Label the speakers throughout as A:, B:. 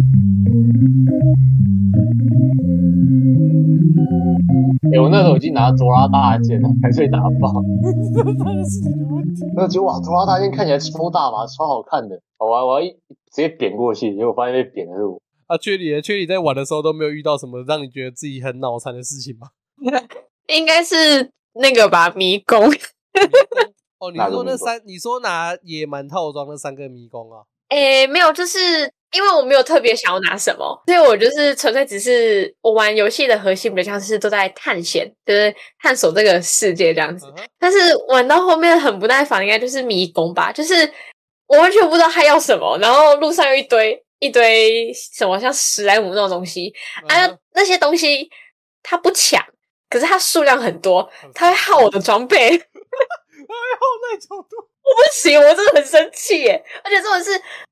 A: 哎拿卓拉大剑，干脆打爆。
B: 方式的问题。
A: 那结果哇，卓拉大剑看起来超大嘛，超好看的，我还我还一直接扁过去，结果发现被扁的是我。
B: 啊，缺里呢，缺里在玩的时候都没有遇到什么让你觉得自己很脑残的事情吗？
C: 应该是 那个吧，迷宫。
B: 哦，你
A: 哪个
B: 说那
A: 迷宫
B: 三，你说拿野蛮套装那三个迷宫啊？
C: 诶、没有，就是因为我没有特别想要拿什么，所以我就是纯粹只是我玩游戏的核心比较像是都在探险，就是探索这个世界这样子。
B: 嗯哼
C: 但是玩到后面很不耐烦，应该就是迷宫吧，就是我完全不知道他要什么，然后路上有一堆一堆什么像史莱姆那种东西，啊
B: 嗯哼，
C: 那些东西他不抢，可是它数量很多，
B: 很
C: 他会耗我的装备。
B: 哎呦，那角度，
C: 不行，我真的很生气耶！而且这种是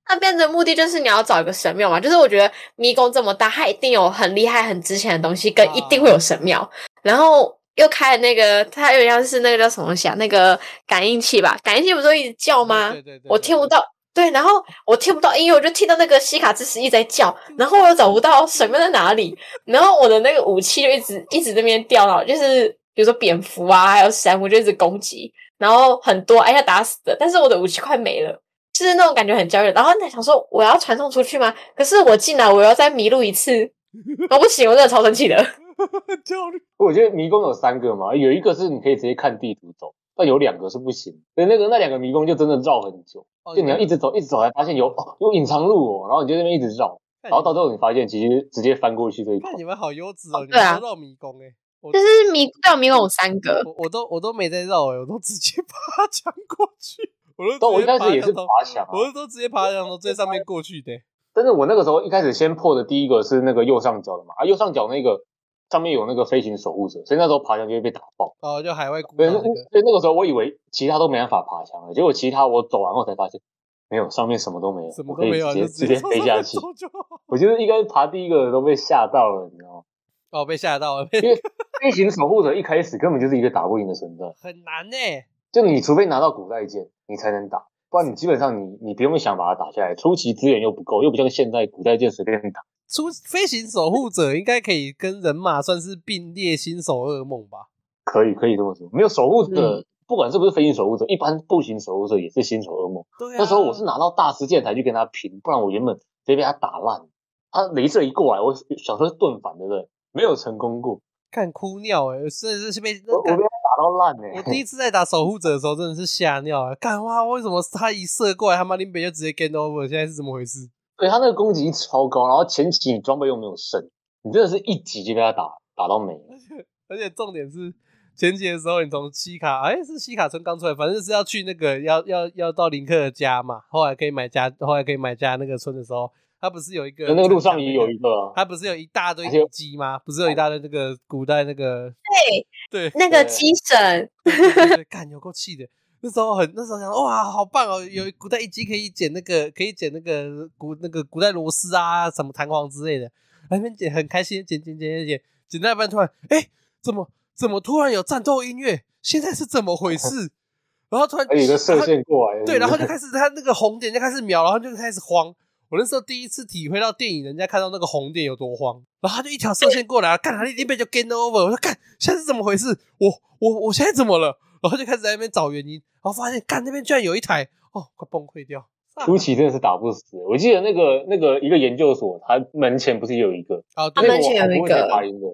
C: 那边的目的就是你要找一个神庙嘛，就是我觉得迷宫这么大，它一定有很厉害、很值钱的东西，跟
B: 啊
C: 一定会有神庙。然后又开了那个，它有点像是那个叫什么东西啊？那个感应器吧？感应器不是会一直叫吗？
B: 对对对，
C: 我
B: 对
C: 听不。到。对，然后我听不到音乐，我就听到那个西卡之石一直在叫，
B: 嗯
C: 然后我又找不到水面在哪里，然后我的那个武器就一直一直在那边掉，然后就是比如说蝙蝠啊，还有山我就一直攻击，然后很多哎呀打死的，但是我的武器快没了，就是那种感觉很焦虑。然后在想说我要传送出去吗？可是我进来我要再迷路一 次，我不行，我真的超生气的。
B: 很焦虑。
A: 我觉得迷宫有三个嘛，有一个是你可以直接看地图走，但有两个是不行。所以那个那两个迷宫就真的绕很久，
B: 哦
A: 就你要一直走一直走，才发现有、 哦、有隐藏路哦，然后你就在那边一直绕，
B: 看
A: 然后到最后你发现其实直接翻过去这一块
B: 看。你们好优质哦，你
C: 对啊
B: 们都绕迷宫哎，我
C: 就是迷对迷宫有三个，
B: 我我都我都没在绕哎，我都直接 爬墙过去，我都
A: 但我
B: 直
A: 一
B: 接
A: 开始也
B: 墙
A: 是
B: 头
A: 爬墙啊，
B: 我是都直接爬墙从最上面过去的欸。
A: 但是我那个时候一开始先破的第一个是那个右上角的嘛，啊右上角那个上面有那个飞行守护者，所以那时候爬墙就会被打爆。
B: 哦，就海外孤岛
A: 对，
B: 那
A: 那
B: 个，
A: 所以那个时候我以为其他都没办法爬墙了，结果其他我走完后才发现，没有上面什么都没有，
B: 什么
A: 我可
B: 都
A: 以
B: 没有
A: 直
B: 啊，
A: 接
B: 就
A: 直接飞下去。
B: 走就好
A: 我觉得应该爬第一个都被吓到了，你知道吗？
B: 哦，被吓到了，被
A: 飞行守护者一开始根本就是一个打不赢的存在，
B: 很难欸呢。
A: 就你除非拿到古代剑，你才能打，不然你基本上你你不用想把它打下来，初期资源又不够，又不像现在古代剑随便打。
B: 出飞行守护者应该可以跟人马算是并列新手噩梦吧？
A: 可以，可以这么说。没有守护者，
C: 嗯
A: 不管是不是飞行守护者，一般步行守护者也是新手噩梦。
B: 对啊，
A: 那时候我是拿到大师剑才去跟他拼，不然我原本直接被他打烂。他镭射一过来，我想说是盾反，对不对？没有成功过，
B: 看哭尿哎、真的是被
A: 我我被他
B: 干
A: 打到烂欸呢、
B: 我第一次在打守护者的时候真的是吓尿哎、干哇！为什么他一射过来，他妈林北就直接 game over？现在是怎么回事？
A: 对他那个攻击力超高，然后前期你装备又没有剩，你真的是一级就被他打打到没了。
B: 而且重点是前期的时候，你从西卡哎、是西卡村刚出来，反正是要去那个要要要到林克的家嘛。后来可以买家，后来可以买家那个村的时候，他不是有一个
A: 那个路上也有一个、啊，
B: 他不是有一大堆
A: 而且
B: 遗迹吗？不是有一大堆那个古代那个对
C: 那个
A: 对
C: 机神，
B: 对对对，干有够气的。那时候很，那时候想哇，好棒哦！有古代遗迹可以捡那个，可以捡那个古那个古代螺丝啊，什么弹簧之类的。那边捡很开心，捡捡捡捡捡，捡到一半突然，哎、怎么怎么突然有战斗音乐？现在是怎么回事？ 然后突然
A: 哎还有一个射线过来，
B: 对，然 后就开始他那个红点就开始瞄，然后就开始慌。我那时候第一次体会到电影人家看到那个红点有多慌，然后他就一条射线过来，干他一被就 game over，我说干现在是怎么回事？我我我现在怎么了？然后就开始在那边找原因，然后发现干那边居然有一台，哦，快崩溃掉。
A: 初期真的是打不死。欸我记得那个那个一个研究所，他门前不是也有一个，
B: 啊，
C: 他
A: 那个
B: 对
C: 们，前有
A: 我好
C: 一
A: 不容易才
C: 个
A: 打赢的，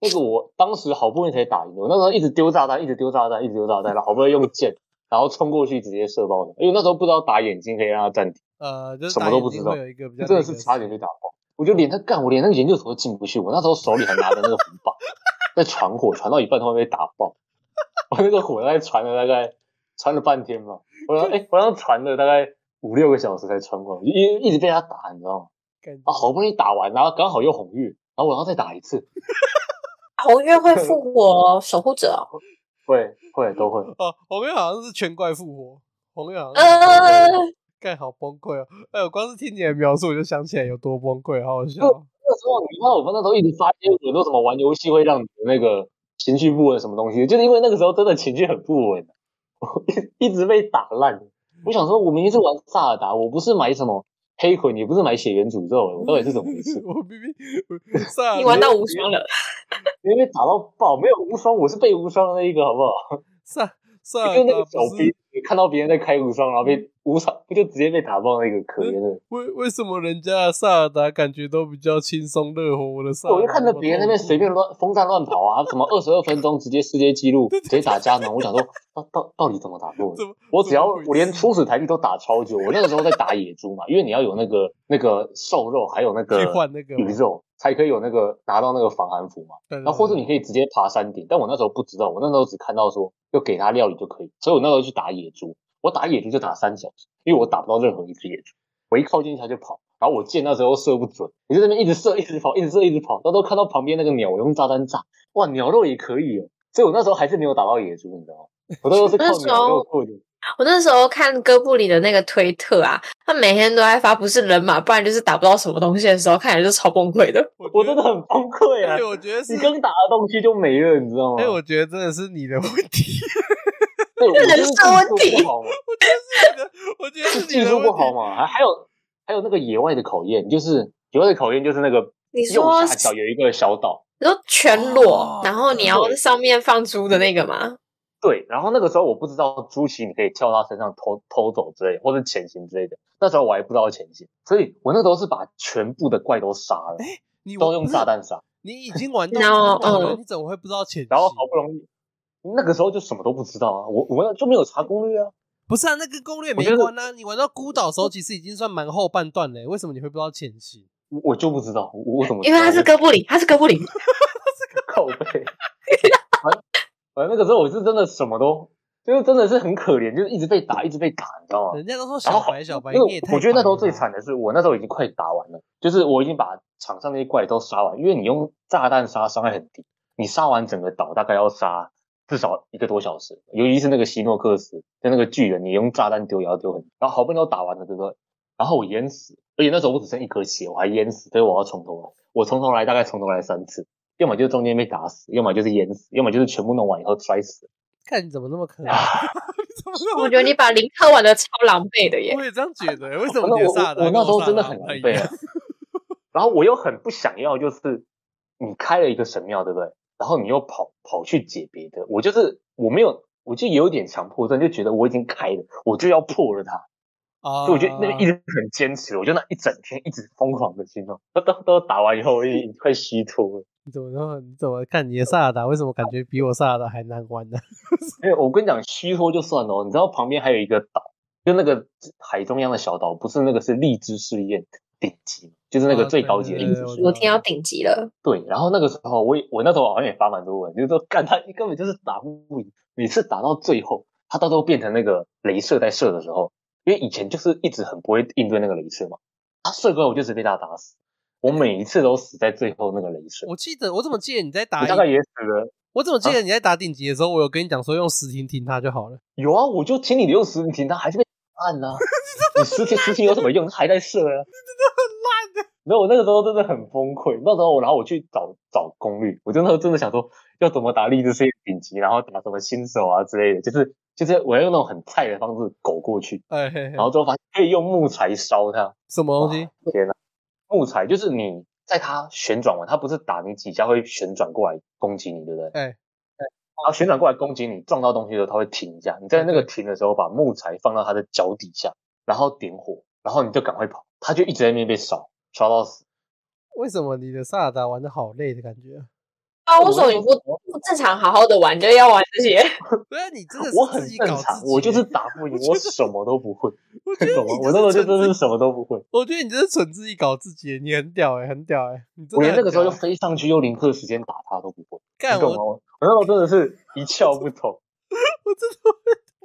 A: 那个我当时好不容易才打赢的，我那时候一直丢炸弹，一直丢炸弹，一直丢炸弹，然后好不容易用箭，然后冲过去直接射爆的，因为那时候不知道打眼睛可以让他暂停，
B: 呃，就是
A: 什么
B: 打
A: 都
B: 眼
A: 不
B: 睛
A: 知道
B: 会有一个比较
A: 真的
B: 那
A: 是
B: 个
A: 差点被打爆。我就连他干，我连那个研究所都进不去，我那时候手里还拿着那个红棒，在传火，传到一半突然被打爆，我那个火大概传了大概传了半天吧，我哎、我好像传了大概五六个小时才传过来，我就一一直被他打，你知道吗？
B: 感觉
A: 啊，好不容易打完，然后刚好又红月，然后我要再打一次，
C: 红月会复 活守护者、哦，
A: 会会都会。
B: 哦，红月好像是全怪复活，红月好像是全怪
C: 呃
B: 复活，干好崩溃哦！哎，我光是听你的描述，我就想起来有多崩溃，好好笑
A: 不
B: 哦。
A: 那时候你看我们那时候一直发一些很多什么玩游戏会让你的那个情绪不稳什么东西，就是因为那个时候真的情绪很不 稳，啊我一一直被打烂。我想说，我明明是玩萨尔达，我不是买什么黑魂，你不是买血源诅咒的，欸我到底是怎么回事？
B: 我明明我上
C: 你玩到无双了，
A: 因为被打到爆，没有无双，我是被无双的那一个，好不好？
B: 上上
A: 就那个小
B: 啊不是
A: 兵，你看到别人在开无双，然后被无双，不就直接被打爆那个可怜的？
B: 为为什么人家的萨尔达感觉都比较轻松乐活，啊我的萨尔达
A: 我就看着别人那边随便乱风扇乱跑啊，什么二十二分钟直接世界纪录，直接打加农，我想说到到到底怎么打过的
B: 怎么
A: 我只要
B: 怎么回事
A: 我连初始台币都打超久，我那个时候在打野猪嘛，因为你要有那个那个瘦肉，还有那
B: 可以
A: 个
B: 换那个
A: 鱼
B: 嘛，
A: 肉，才可以有那个拿到那个防寒服嘛。
B: 对对
A: 然后或者
B: 对
A: 你可以直接爬山顶，但我那时候不知道，我那时候只看到说就给他料理就可以，所以我那时候去打野猪，我打野猪就打三小时，因为我打不到任何一只野猪，我一靠近它就跑，然后我箭那时候射不准，我就在那边一直射，一直跑，一直射，一直跑，到时候看到旁边那个鸟，我用炸弹炸，哇，鸟肉也可以哦，所以我那时候还是没有打到野猪，你知道吗？我那时候是靠
C: 那时候
A: 鸟肉过的，
C: 我那时候看哥布林的那个推特啊，他每天都在发，不是人马，不然就是打不到什么东西的时候，看起来就超崩溃的。
A: 我
B: 觉
A: 真
B: 得
A: 的很崩溃啊
B: 哎，！我觉得是
A: 你，刚打的东西就没了，你知道吗？
B: 哎，我觉得真的是你的问题，
A: 对，我
C: 人
A: 就是
C: 设问
A: 技术
C: 题
A: 不好嘛
B: 我觉得是你的，我觉得
A: 是
B: 是你
A: 技
B: 的
A: 术
B: 问
A: 不好
B: 题。
A: 嘛，还还有还有那个野外的考验，就是野外的考验就是那个
C: 你
A: 右
C: 说
A: 下角有一个小岛，
C: 你说全裸
B: 哦，
C: 然后你要
A: 对
C: 上面放猪的那个吗？
A: 对，然后那个时候我不知道朱奇你可以跳到他身上偷偷走之类的，或者潜行之类的，那时候我还不知道潜行，所以我那时候是把全部的怪都杀了，
C: 哎
B: 你
A: 都用
B: 不是
A: 炸弹杀，
B: 你已经玩到
C: No，
B: 中了，
C: 嗯
B: 你怎么会不知道前期？
A: 然后好不容易。那个时候就什么都不知道啊，我我就没有查攻略啊，
B: 不是啊，那跟攻略
A: 我
B: 没
A: 觉得
B: 关啊。你玩到孤岛的时候，其实已经算蛮后半段欸嘞，为什么你会不知道前期？
A: 我我就不知道，我我怎么知
C: 因
A: 道
C: 为他是哥布林，他是哥布林，
A: 靠背。反反正那个时候我是真的什么都，就是真的是很可怜，就是一直被打，一直被打，你知道吗？
B: 人家都说
A: 然后
B: 小白小白，
A: 因
B: 你
A: 为
B: 也太
A: 我觉得那时候
B: 白了
A: 最
B: 吧
A: 惨的是，我那时候已经快打完了，就是我已经把场上那些怪都杀完，因为你用炸弹杀伤害很低，你杀完整个岛大概要杀至少一个多小时，尤其是那个希诺克斯跟那个巨人，你用炸弹丢也要丢很，然后好不容易都打完了，对不对？然后我淹死，而且那时候我只剩一颗血，我还淹死，所以我要从头来，我从头来大概从头来三次，要么就是中间被打死，要么就是淹死，要么就是全部弄完以后摔死。
B: 看你怎么那么 可爱，你怎么那么
C: 我觉得你把零喝完的超狼狈的耶
B: 我。也这样觉得，欸为什
A: 我
B: 么
A: 那
B: 你的
A: 我
B: 萨尔达
A: 我我
B: 跟
A: 那时候
B: 萨尔
A: 真的
B: 达
A: 很
B: 不
A: 狼
B: 太一
A: 狈
B: 样
A: 啊，然后我又很不想要，就是你开了一个神庙，对不对？然后你又跑跑去解别的，我就是我没有，我就有点强迫症，就觉得我已经开了，我就要破了它，
B: 啊，
A: 所以我就那边一直很坚持，我就那一整天一直疯狂的去弄，到到到打完以后，我已经快虚脱了。
B: 你怎么那么你怎么看你的萨尔达？为什么感觉比我萨尔达还难玩呢？
A: 因为我跟你讲，虚脱就算了哦，你知道旁边还有一个岛，就那个海中央的小岛，不是那个是荔枝试验顶级，就是那个
B: 哦
A: 最
B: 对
A: 高
B: 对
A: 级的
B: 对
A: 荔枝
B: 对
A: 试
B: 我
A: 验
B: 知道。
C: 我听到顶级了，
A: 对，然后那个时候我也我那时候好像也发蛮多文，就是说干他根本就是打不赢，每次打到最后，他到最后变成那个镭射在射的时候，因为以前就是一直很不会应对那个镭射嘛，他射过来我就直接被他打死，我每一次都死在最后那个镭射，
B: 我记得我啊怎么记得你在打
A: 我大概
B: 一，
A: 也死了。
B: 我怎么记得你在打顶级的时候，我有跟你讲说用石停停它就好了。
A: 有啊，我就请你留十停，他还是被按 呐、你十停十停有什么用？他还在 射啊！你真的很烂的。然后我那个时候真的很崩溃，那时候我然后我去找找攻略，我真的真的想说要怎么打励志世界顶级，然后打什么新手啊之类的，就是就是我要用那种很菜的方式狗过去，
B: 哎嘿嘿
A: 然，后之后发现可以用木材烧它。
B: 什么东西？
A: 哇天呐，木材就是你在它旋转完，它不是打你几下会旋转过来攻击你，对不对？
B: 哎，
A: 然后旋转过来攻击你，撞到东西的时候，它会停一下。你在那个停的时候，把木材放到它的脚底下，然后点火，然后你就赶快跑，它就一直在那边被烧，烧到死。
B: 为什么你的萨尔达玩的好累的感觉啊？
C: 啊，为什么你不
A: 我
C: 不正常好好的玩，就要玩这些？
B: 对啊，你真的
A: 我
B: 是
A: 很
B: 自己
A: 正
B: 搞
A: 常
B: 自，己
A: 我就是
B: 欸，
A: 打不赢，我什么都不会，
B: 啊我觉得
A: 懂
B: 你
A: 吗？我那时候就
B: 纯
A: 真的
B: 自
A: 是
B: 己
A: 什么都不会。
B: 我觉得你这是纯自己搞自己，你很屌哎、很屌哎、你真
A: 我
B: 的
A: 连那
B: 很
A: 个时候
B: 屌
A: 就飞上去幽灵课时间打它都不会，
B: 干
A: 你懂
B: 我，
A: 吗？我那时候真的是一窍不通。
B: 我真的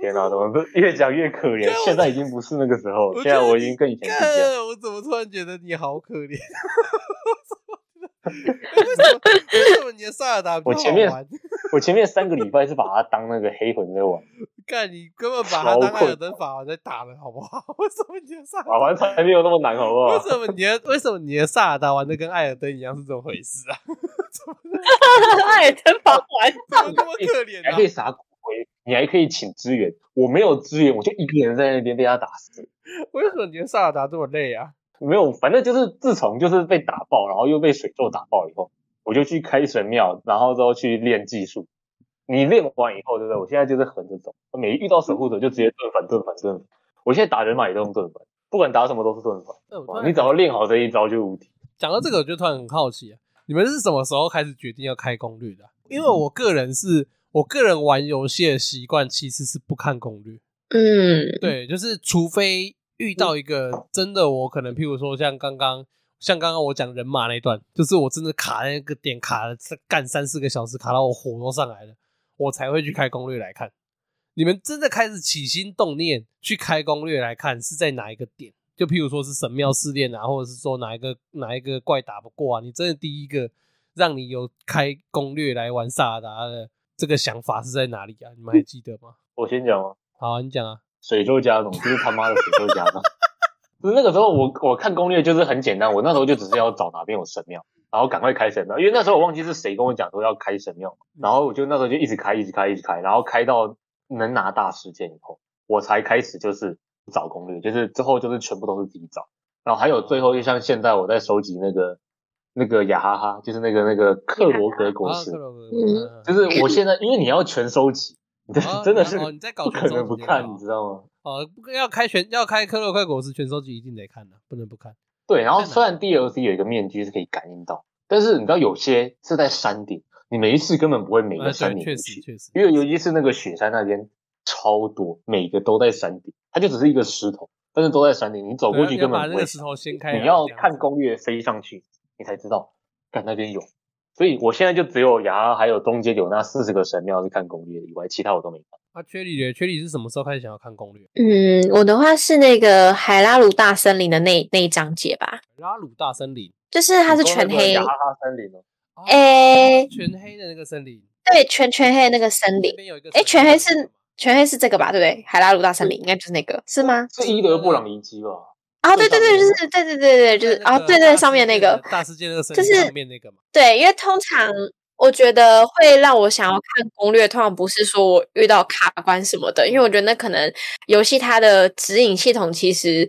A: 天哪，怎么不越讲越可怜
B: 干我？
A: 现在已经不是那个时候了，
B: 我
A: 现在
B: 觉得
A: 我已
B: 你
A: 经跟以前不一样。
B: 干，我怎么突然觉得你好可怜？ 为什么？ 为什么你的萨尔达比较
A: 我前
B: 好
A: 面
B: 玩？
A: 我前面三个礼拜是把它当那个黑魂在玩。
B: 干，你根本把他当
A: 超
B: 艾尔
A: 困
B: 登法王在打了，好不好？ 为什么你的萨
A: 打
B: 尔
A: 完才没有那么难，好不
B: 达？为
A: 好？
B: 什么你的为什么你的萨尔达玩的跟艾尔登一样是怎么回事啊？
C: 哎，真好玩。
B: 怎么那么可怜
A: 你还
B: 啊
A: 可？以撒骨灰，你还可以请支援。我没有支援，我就一个人在那边被他打死。
B: 为什么你的萨尔达这么累啊？
A: 没有，反正就是自从就是被打爆，然后又被水咒打爆以后，我就去开神庙，然后之后去练技术。你练完以后，对不对？我现在就是横着走，每遇到守护者就直接盾反盾反盾反。我现在打人马也都用盾反，不管打什么都是盾反。
B: 哎对我突
A: 哇
B: 然
A: 你只要练好这一招就无敌。
B: 讲到这个，我就突然很好奇、啊，你们是什么时候开始决定要开攻略的啊、因为我个人是，我个人玩游戏的习惯其实是不看攻略，
C: 嗯，
B: 对，就是除非遇到一个真的，我可能譬如说像刚刚。像刚刚我讲人马那一段，就是我真的卡在那个点卡了干三四个小时，卡到我火都上来了，我才会去开攻略来看。你们真的开始起心动念去开攻略来看是在哪一个点？就譬如说是神庙试炼啊，或者是说哪一个哪一个怪打不过啊，你真的第一个让你有开攻略来玩萨尔达的这个想法是在哪里啊？你们还记得吗？
A: 我先讲哦吗？
B: 好、啊，你讲啊。
A: 水咒加农就是他妈的水咒加农。 就是那个时候我我看攻略就是很简单，我那时候就只是要找哪边有神庙，然后赶快开神庙，因为那时候我忘记是谁跟我讲说要开神庙，然后我就那时候就一直开一直开一直开，然后开到能拿大事件以后，我才开始就是找攻略，就是之后就是全部都是自己找，然后还有最后就像现在我在收集那个那个雅哈哈，就是那个那个克罗格果
B: 啊
A: 实
B: 克，罗格
C: 嗯
A: 就是我现在因为你要全收集，
B: 啊
A: 真的是
B: 哦，你在搞
A: 不可
B: 全
A: 能
B: 收
A: 不
B: 集
A: 看，
B: 哦
A: 你知道吗？
B: 哦，不要开全要开科洛怪果实全收集一定得看的、啊不能不看。
A: 对，然后
B: 在哪
A: 虽然 DLC 有一个面具是可以感应到，但是你知道有些是在山顶，你每一次根本不会每
B: 啊，
A: 个山
B: 对，
A: 顶
B: 确
A: 都
B: 实
A: 去，
B: 确实，
A: 因为尤其是那个雪山那边超多，每个都在山顶，它就只是一个石头，但是都在山顶，你走
B: 我
A: 过去根
B: 啊把
A: 本
B: 那
A: 不会
B: 个。石头掀开来这
A: 你
B: 样
A: 要
B: 子，
A: 看攻略飞上去，你才知道，看那边有。所以我现在就只有牙还有东街有那四十个神庙是看攻略以外，其他我都没看。
B: 啊，缺里嘞，缺里是什么时候开始想要看攻略？
C: 嗯，我的话是那个海拉鲁大森林的那那一章节吧，
B: 拉鲁大森林，
C: 就是它是
A: 你说那
C: 全
A: 个
C: 黑
A: 雅，哈哈森林哦，
B: 哦
C: 诶
B: 全黑的那个森林，
C: 对，全全黑的那个森
B: 那
C: 林，
B: 边有一个
C: 诶
B: 神
C: 全黑
B: 圣
C: 是全黑是这个吧，对不对？海拉鲁大森林应该就是那个，是吗？
A: 是伊德布朗遗迹吧？
C: 啊，对对对，就
A: 最
C: 是对对对对，就是
B: 在那
C: 啊，
B: 个
C: 对
B: 大
C: 对，
B: 世
C: 上面
B: 界
C: 那个
B: 的，大世界那个森
C: 就
B: 林
C: 是
B: 上面那个嘛，
C: 对，因为通常我觉得会让我想要看攻略，通常不是说我遇到卡关什么的，因为我觉得那可能游戏它的指引系统其实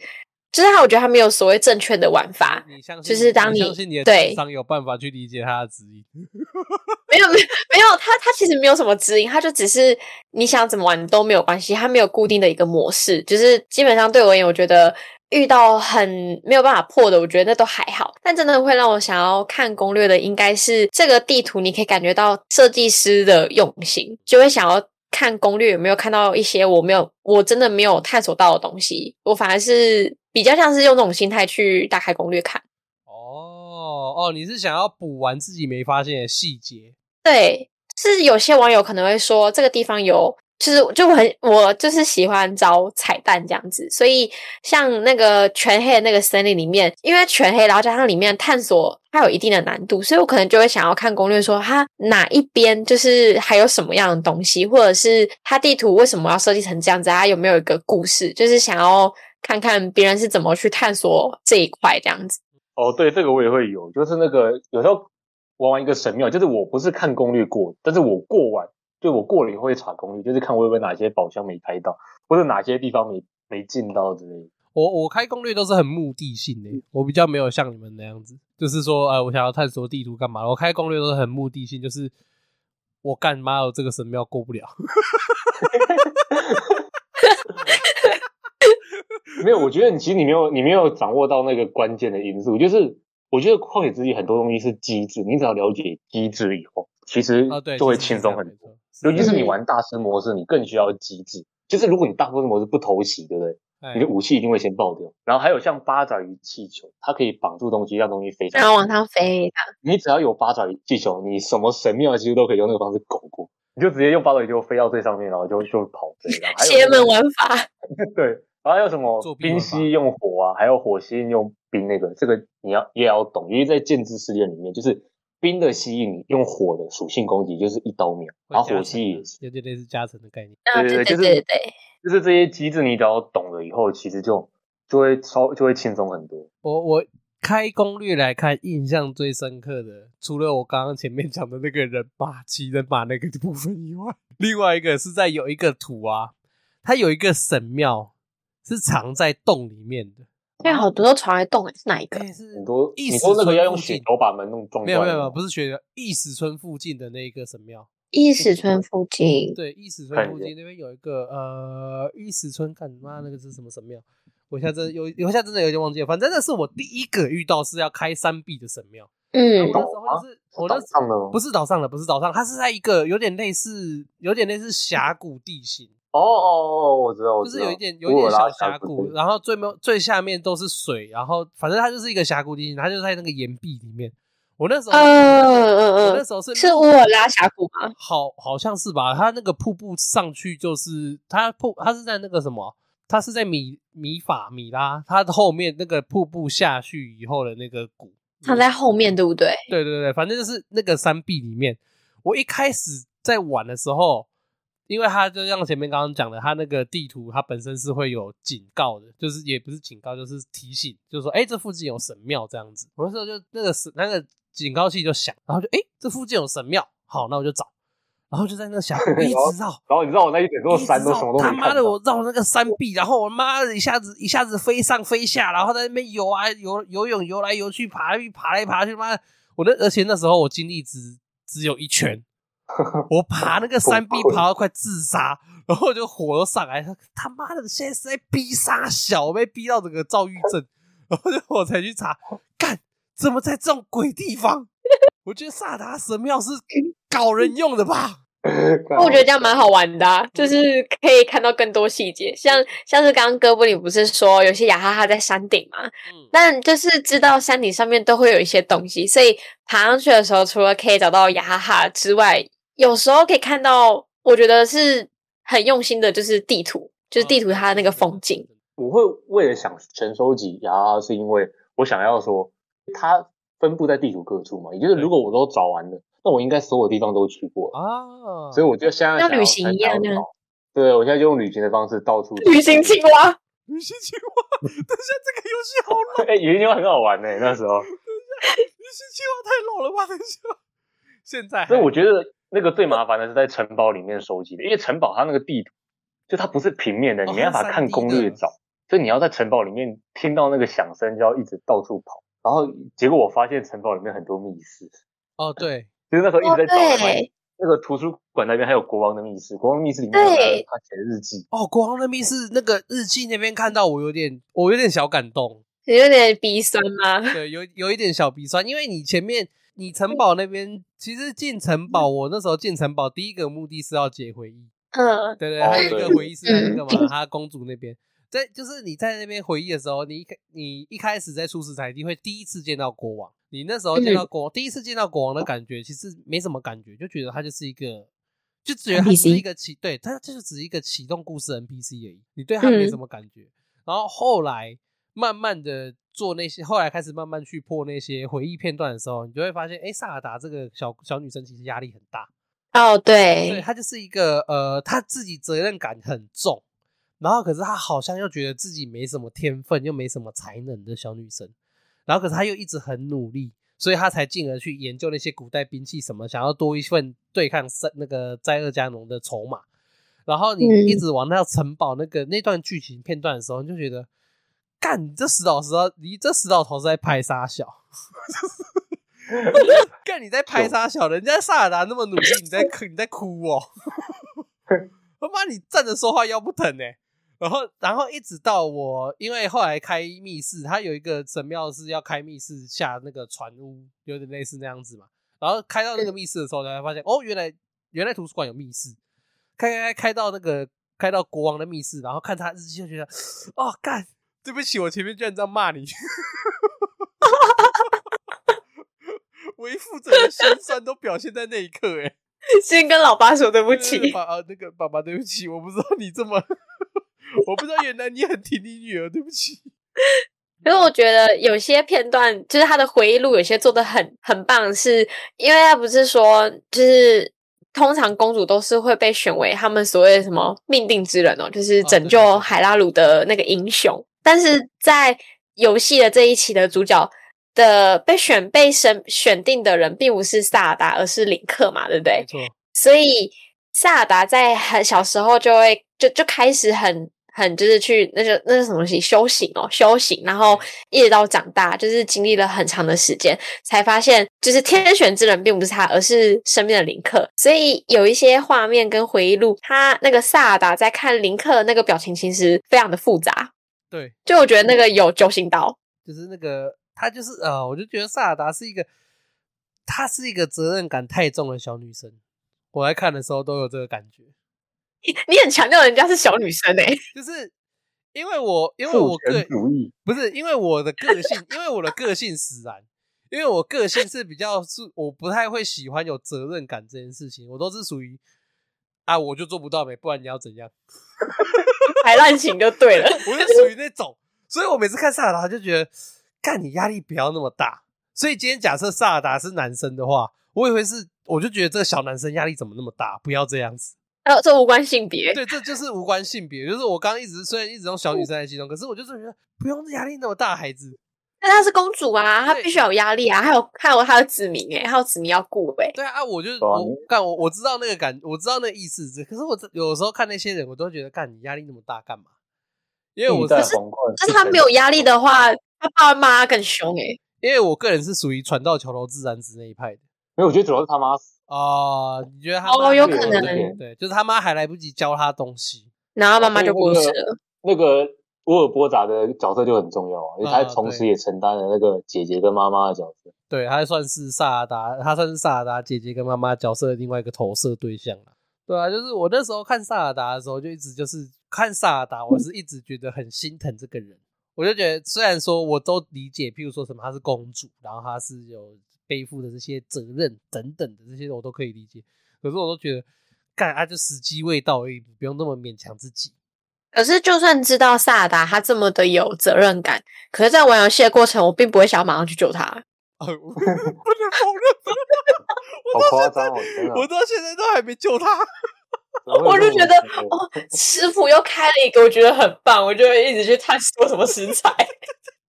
C: 就是它，我觉得它没有所谓正确的玩法，
B: 你相信
C: 就是当
B: 你
C: 你
B: 相信你的
C: 对
B: 智商有办法去理解他的指引，
C: 没有没有没有，它它其实没有什么指引，它就只是你想怎么玩都没有关系，它没有固定的一个模式，就是基本上对我而言，我觉得。遇到很没有办法破的，我觉得那都还好。但真的会让我想要看攻略的，应该是这个地图，你可以感觉到设计师的用心，就会想要看攻略有没有看到一些我没有，我真的没有探索到的东西。我反而是比较像是用这种心态去打开攻略看。
B: 哦哦，你是想要补完自己没发现的细节，
C: 对，是有些网友可能会说这个地方有，就是就我很我就是喜欢找彩蛋这样子，所以像那个全黑的那个森林里面，因为全黑，然后加上里面探索它有一定的难度，所以我可能就会想要看攻略说它哪一边就是还有什么样的东西，或者是它地图为什么要设计成这样子，它有没有一个故事，就是想要看看别人是怎么去探索这一块这样子。
A: 哦，对，这个我也会有，就是那个有时候玩完一个神庙，就是我不是看攻略过，但是我过完，就我过了以后会查攻略，就是看我有没有哪些宝箱没开到，或者哪些地方没没进到之类的。
B: 我我开攻略都是很目的性
A: 嗯
B: 的，我比较没有像你们那样子，就是说，呃，我想要探索地图干嘛？我开攻略都是很目的性，就是我干嘛我这个神庙过不了，
A: 没有，我觉得你其实你没有你没有掌握到那个关键的因素，就是我觉得旷野之息很多东西是机制，你只要了解机制以后，其实
B: 啊，对，
A: 嗯就会
B: 其实
A: 轻
B: 是这
A: 松
B: 样
A: 很
B: 没
A: 多。
B: 错，
A: 尤其
B: 这
A: 是
B: 样
A: 你玩大师模式，你更需要机制。就是如果你大部分模式不偷袭，对不对？
B: 哎
A: 你的武器一定会先爆掉。然后还有像八爪鱼气球，它可以绑住东西，让东西飞上。
C: 然后往上飞，
A: 你只要有八爪鱼气球，你什么神庙其实都可以用那个方式狗过。你就直接用八爪鱼气球飞到最上面，然后就就跑飞。然后还
C: 邪
A: 有、那
C: 门
A: 个、
C: 玩法，
A: 对，然后还有什么
B: 作弊玩
A: 冰
B: 法
A: 蜥用火啊，还有火蜥用冰那个，这个你要也要懂，因为在剑之试炼里面，就是冰的吸引你，用火的属性攻击就是一刀秒，
B: 会
A: 然后
B: 加
A: 火
B: 成
A: 蜥
B: 的
A: 也是。
B: 有点类似加成的概念。
C: 啊，
A: 对
C: 对
A: 对
C: 对
A: 就是
C: 对对。
A: 就是这些机制你只要懂了以后，其实就就会稍就会轻松很多。
B: 我我开攻略来看，印象最深刻的，除了我刚刚前面讲的那个人马骑人马那个部分以外，另外一个是在有一个图啊，它有一个神庙是藏在洞里面的，
C: 因为好多都传来洞哎，是哪一个？
B: 哎是
A: 你说
B: 意
A: 你
B: 思
A: 说那个
B: 是
A: 要用
B: 附近
A: 雪球把门弄撞
B: 没
A: 断
B: 有
A: 吗？
B: 没有没有，不是学的，意石村附近的那一个神庙。
C: 伊始村附近，
B: 对，意石
A: 看
B: 村
A: 一
B: 附
A: 下
B: 近那边有一个呃，意石村，干妈那个是什么神庙？我一下真的有，我一下真的有点忘记了。反正那是我第一个遇到是要开山壁的神庙。我
C: 嗯
B: 那时候就是我那
A: 岛上的吗
B: 不是岛上的，不是岛上，它是在一个有点类似，有点类似峡谷地形，
A: 哦哦哦，我知道，我
B: 就
A: 知
B: 是
A: 道。
B: 有一点有一点小峡
A: 乌尔
B: 谷，
A: 拉
B: 然后最没有最下面都是水，然后反正它就是一个峡谷地形，它就在那个岩壁里面。我那时候，
C: 嗯嗯
B: 我那
C: 嗯，
B: 时候是
C: 是乌尔拉峡谷吗？
B: 好好像是吧？它那个瀑布上去就是它瀑，它是在那个什么？它是在米米法米拉，它的后面那个瀑布下去以后的那个谷，
C: 它在后面对不对？
B: 嗯对啊对对，反正就是那个山壁里面，我一开始在玩的时候，因为它就像前面刚刚讲的，它那个地图它本身是会有警告的，就是也不是警告，就是提醒，就是说，哎、这附近有神庙这样子。我那时候就那个神那个警告器就响，然后就，哎、这附近有神庙，好，那我就找，然后就在 那个峡谷一直绕。
A: 然后你知道我那一整座
B: 一直
A: 山都什么都
B: 绕
A: 没
B: 他
A: 看到。
B: 妈的！ 我绕那个山壁，然后我妈的一下子一下子飞上飞下，然后在那边游啊游游泳游来游去，爬来爬来爬去，妈的！我那而且那时候我精力只只有 一拳，我爬那个山壁
A: 崩溃
B: 爬到快自杀，然后我就火都上来，他妈的现在是在逼杀小，我被逼到整个躁郁症，然后就我才去查，干怎么在这种鬼地方？ 我觉得萨达神庙是搞人用的吧。
A: 干
C: 我觉得这样蛮好玩的、啊，
B: 嗯
C: 就是可以看到更多细节，像像是刚刚哥布林不是说有些雅哈哈在山顶嘛，
B: 嗯
C: 但就是知道山顶上面都会有一些东西，所以爬上去的时候，除了可以找到雅哈哈之外，有时候可以看到，我觉得是很用心的，就是地图， 就是
B: 嗯
C: 地图它的那个风景。
A: 我会为了想全收集牙，是因为我想要说它分布在地图各处嘛，也就是
B: 对
A: 如果我都找完了，那我应该所有地方都去过了，
B: 啊，
A: 所以我就现在
C: 像
A: 想要
C: 旅行一样
A: 参加
C: 那样
A: 找对，我现在就用旅行的方式到处
C: 旅行青蛙，
B: 旅行青蛙，等一下这个游戏好老，
A: 哎，旅行青蛙很好玩呢、那时候，
B: 旅行青蛙太老了吧？等一下，现在还
A: 所以我觉得那个最麻烦的是在城堡里面收集的，因为城堡它那个地图就它不是平面的，你
B: 哦
A: 没办法
B: 它是
A: 看
B: 3D
A: 攻略
B: 的
A: 找，所以你要在城堡里面听到那个响声就要一直到处跑，然后结果我发现城堡里面很多密室，
B: 哦对，
A: 就是那时候一
C: 哦
A: 直在找的话。
C: 对，
A: 那个图书馆那边还有国王的密室，国王密室里面还有
C: 对
A: 他写的日记，
B: 哦国王的密室那个日记那边看到我有点我有点小感动，
C: 你有点鼻酸 吗？
B: 对，有有一点小鼻酸，因为你前面你城堡那边其实进城堡，我那时候进城堡第一个目的是要解回忆，
C: 嗯，
B: 对对，
A: 哦
B: 还有一个
A: 对
B: 回忆是在那个嘛，她公主那边。在就是你在那边回忆的时候，你一开你一开始在初始台地会第一次见到国王，你那时候见到国王，第一次见到国王的感觉其实没什么感觉，就觉得他就是一个，就觉得他只是
C: NPC
B: 一个启，对，他就是只是一个启动故事 NPC 而已，你对他没什么感觉。然后后来慢慢的做那些，后来开始慢慢去破那些回忆片段的时候，你就会发现，哎，萨尔达这个小小女生其实压力很大，
C: 哦，
B: 对
C: 对，
B: 他就是一个呃，他自己责任感很重，然后可是他好像又觉得自己没什么天分，又没什么才能的小女生，然后可是他又一直很努力，所以他才进而去研究那些古代兵器什么，想要多一份对抗塞那个灾厄加农的筹码。然后你
C: 嗯
B: 一直往那城堡那个那段剧情片段的时候，你就觉得，干你这死老头，你这死老头是在拍沙小。干你在拍沙小，人家萨尔达那么努力，你在哭，你在哭哦！他妈你站着说话腰不疼呢、然后，然后一直到我，因为后来开密室，它有一个神庙是要开密室下那个船屋，有点类似那样子嘛。然后开到那个密室的时候，才发现哦，原来原来图书馆有密室。开开开开到那个开到国王的密室，然后看他日记，就觉得哦，干，对不起，我前面居然这样骂你。 为父整个心酸都表现在那一刻、欸，哎，
C: 先跟老爸说对不起。
B: 爸啊，那个爸爸，对不起，我不知道你这么， 我不知道原来你很挺你女儿，对不起。
C: 可是我觉得有些片段，就是他的回忆录，有些做的很很棒是，因为他不是说，就是通常公主都是会被选为他们所谓的什么命定之人哦，就是
B: 哦
C: 拯
B: 对对
C: 救
B: 对
C: 海拉鲁的那个英雄。但是在游戏的这一期的主角的被选被选选定的人，并不是萨尔达，而是林克嘛，对不对？
B: 错，
C: 所以萨尔达在很小时候就会就就开始很很就是去那就那是什么东西修行哦，修行，然后一直到长大，就是经历了很长的时间，才发现就是天选之人并不是他，而是身边的林克。所以有一些画面跟回忆录，他那个萨达在看林克的那个表情，其实非常的复杂。
B: 对，
C: 就我觉得那个有揪心刀，
B: 就是那个她就是呃，我就觉得萨尔达是一个，她是一个责任感太重的小女生。我在看的时候都有这个感觉，
C: 你很强调人家是小女生哎、
B: 就是因为我因为
A: 父
B: 我个
A: 权主义，
B: 不是因为我的个性， 因为我的个性使然，因为我个性是比较是我不太会喜欢有责任感这件事情，我都是属于啊我就做不到没，不然你要怎样？
C: 排烂情就对了。
B: 我是属于那种，所以我每次看萨尔达就觉得，干你压力不要那么大。所以今天假设萨尔达是男生的话，我以为是，我就觉得这个小男生压力怎么那么大，不要这样子。
C: 呃，这无关性别，
B: 对，这就是无关性别，就是我刚刚一直虽然一直用小女生来形容，可是我就是觉得不用压力那么大，孩子。
C: 但她是公主啊，她
B: 对
C: 必须要有压力啊，还有还有她的子民哎、还有子民要顾哎、
B: 对啊，啊我就
A: 对啊
B: 我
A: 你
B: 干我我知道那个感，我知道那个意思，只可是我这有时候看那些人，我都觉得干你压力那么大干嘛？因为我
A: 历
B: 是
A: 代皇冠，
C: 但是她没有压力的哦话，她爸妈更凶哎、
B: 因为我个人是属于船到桥头自然直那一派的。
A: 没有，我觉得主要是他妈死，
B: 哦，你觉得他
C: 哦
B: 妈
C: 有
B: 还
A: 可
B: 来
A: 能
B: 对对，就是他妈还来不及教他东西，
C: 然后妈妈就过世了。
A: 那个沃尔波达的角色就很重要啊，因为他
B: 啊
A: 同时
B: 对
A: 也承担了那个姐姐跟妈妈的角色。
B: 对他算是萨尔达，他算是萨尔达姐姐跟妈妈角色的另外一个投射对象了。对啊，就是我那时候看萨尔达的时候，就一直就是看萨尔达，我是一直觉得很心疼这个人。我就觉得，虽然说我都理解，譬如说什么她是公主，然后她是有背负的这些责任等等的这些，我都可以理解。可是我都觉得，干啊，就时机未到而已，你不用那么勉强自己。
C: 可是就算知道萨达她这么的有责任感，可是，在玩游戏的过程，我并不会想要马上去救她。
B: 啊，我不能否认。
A: 好夸张哦！天哪，
B: 我到现在都还没救他。
A: 我
C: 我就觉得哦，师傅又开了一个我觉得很棒，我就会一直去探索什么食材。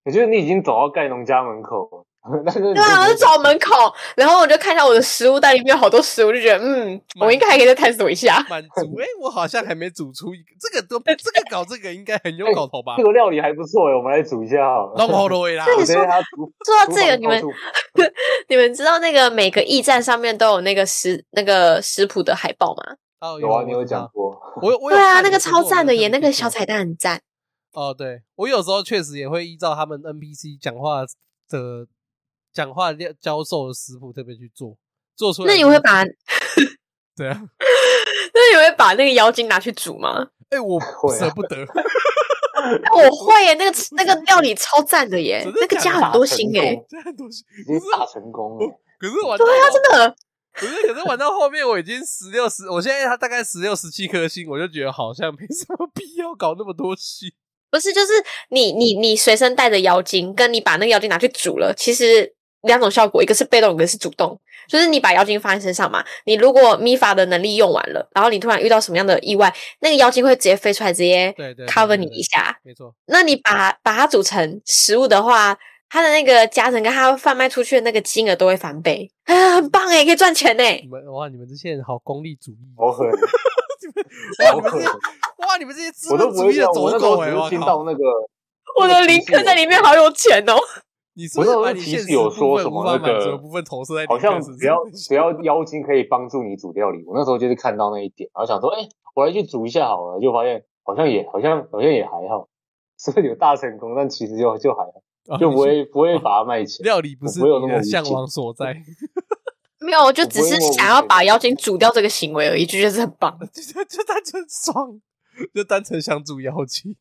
A: 我觉得你已经走到盖农家门口了， 但是你
C: 对啊，我就
A: 就觉得
C: 走门口，然后我就看到我的食物袋里面有好多食物，我就觉得嗯，
B: 蛮
C: 我应该还可以再探索一下。
B: 满足。哎、我好像还没煮出一个，这个都这个搞这个应该很有搞头吧
A: 哎这？个料理还不错哎，我们来煮一下好了。
B: 弄好多啦。
C: 这
A: 我
C: 里
A: 觉
C: 说
A: 得他煮
C: 说到这个，
A: 煮
C: 你们
A: 好到处
C: 你们知道那个每个驿站上面都有那个食那个食谱的海报吗？
B: 哦，
A: 有啊，
B: 我
A: 你有
B: 知道
A: 讲。过，
B: 我有我有
C: 对啊，
B: 看
C: 那个超赞的耶，那个。
B: 可是我没有看过
C: 小彩蛋很赞。
B: 哦，对，我有时候确实也会依照他们 NPC 讲话的讲话教教授的食谱特别去做，做出来。
C: 那你会？把
B: 对啊，
C: 那你会把那个妖精拿去煮吗？
B: 哎、我
A: 会啊
B: 舍不得。
C: 哎，我会耶，那个那个料理超赞的耶
B: 真，的
C: 那个
B: 假
C: 加
B: 的
C: 很多心
A: 大成
C: 耶
A: 功，
B: 这样东西，
A: 已经
C: 啊
A: 大成功了。
B: 可是玩到
C: 对啊，真的。
B: 可是可是玩到后面，我已经十六十，我现在他大概十六十七颗星，我就觉得好像没什么必要搞那么多戏。
C: 不是，就是你你你随身带着妖精，跟你把那个妖精拿去煮了，其实两种效果，一个是被动，一个是主动。就是你把妖精放在身上嘛，你如果米法的能力用完了，然后你突然遇到什么样的意外，那个妖精会直接飞出来，直接
B: 对对
C: cover 你一，下。
B: 对对对没错，
C: 那你把把它煮成食物的话，它的那个加成跟它贩卖出去的那个金额都会翻倍， 啊，很棒哎，可以赚钱
B: 你
C: 哎。
B: 们哇，你们这些人好功利主义，
A: 好狠，
B: 哇，
A: 好
B: 你们这
A: 狠
C: 啊
B: 些！哇，你们这些资
A: 我都
B: 本
A: 不
B: 主
A: 会
B: 义的
A: 想，我
B: 走
A: 那时候
B: 狗
A: 只
B: 哎、
A: 是
B: 我
A: 听
B: 靠
A: 到，那个，
C: 欸
A: 哦
C: 我的林克在里面好有钱哦！
B: 你是不是
A: 我那时候
B: 把你
A: 其
B: 现
A: 实
B: 实
A: 有
B: 部
A: 说
B: 分
A: 什
B: 无
A: 么
B: 法
A: 那
B: 满
A: 个
B: 足的部分投射在你
A: 好 像
B: 身上
A: 只要 只要妖精可以帮助你煮料理，我那时候就是看到那一点，然后想说，哎、我来去煮一下好了，就发现好像也好像好像也还好， 所以有大成功，但其实就就还好，
B: 啊
A: 就不
B: 你
A: 会不会把它卖
B: 是哦
A: 钱。
B: 料理不是
A: 我没有
B: 你
A: 那么
B: 的
A: 无
B: 向
A: 情
B: 往所 在，
C: 没有，我就
A: 我
C: 只
A: 不会
C: 是
A: 问我
C: 想要
A: 钱
C: 把妖精煮掉这个行为而已，就觉得这很 棒。
B: 就就单纯爽，就单纯想煮妖精。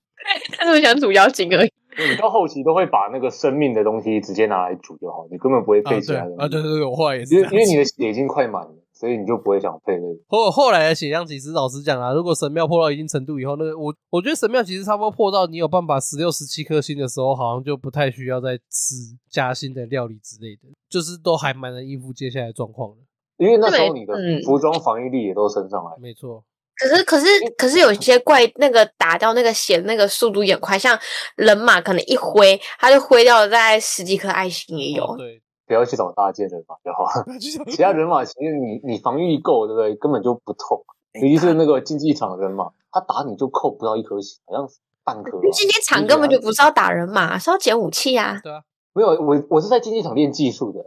C: 但是我想煮妖精而已。
A: 你到后期都会把那个生命的东西直接拿来煮就好，你根本不会
B: 啊，
A: 配其
B: 对
A: 他
B: 啊
A: 东，西，
B: 对对对，我后来也是
A: 因
B: 这
A: 为
B: 样
A: 因为
B: 子
A: 你的血已经快满了，所以你就不会想配那个。
B: 后后来的血量其实老实讲啦，啊如果神庙破到一定程度以后，那个我我觉得神庙其实差不多破到你有办法十六十七颗星的时候，好像就不太需要再吃加薪的料理之类的，就是都还蛮能应付接下来的状况的。
A: 因为那时候你的
C: 嗯
A: 服装防御力也都升上来，
B: 没错，
C: 可是，可是，可是有些怪那个打掉那个血那个速度也快，像人马可能一挥，他就挥掉了大概十几颗爱心也有。
B: 哦对，
A: 不要去找大件人嘛就好了。
B: 就像
A: 其他人马其实你你防御力够，对不对？根本就不痛。
C: 哎
A: 尤其是那个竞技场人嘛，他打你就扣不到一颗星，好像是半颗吧。
C: 竞技场根本就不是要打人嘛，是要捡武器啊。
B: 对啊，
A: 没有，我我是在竞技场练技术的，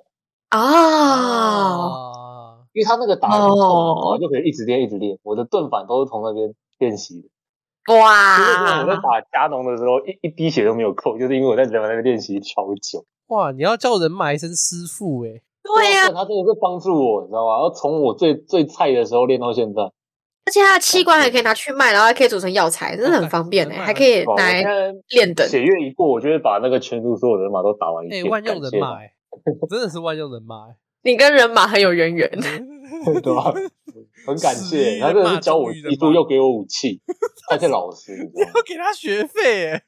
C: 哦，
B: 哦，
A: 因为他那个打得很痛，
C: 哦
A: 我就可以一直练一直练。我的盾反都是从那边练习的。
B: 啊
A: 就是我在
C: 哇，
A: 打加农的时候，一一滴血都没有扣，就是因为我在人马那边练习超久。
B: 哇，你要叫人骂一声师傅哎，
C: 对啊呀、
A: 但他真的是帮助我，你知道吗？然后从我最最菜的时候练到现在，
C: 而且它的器官还可以拿去卖，然后还可以煮成药材，真的很方便哎、还可以
A: 哇我
C: 拿
A: 现
C: 来
A: 在
C: 练等。
A: 血月一过，我就会把那个全族所有人马都打完一
B: 哎、
A: 遍。
B: 万用人马
A: 感
B: 哎，真的是万用人马哎，
C: 你跟人马很有渊源，
A: 谢他，对啊 吧？很感
B: 死
A: 谢
B: 鱼
A: 他，真的是教我
B: 人马
A: 技
B: 终
A: 术，
B: 于人马
A: 又给我武 器，他是老师，你知道吗
B: 要？给他学费哎，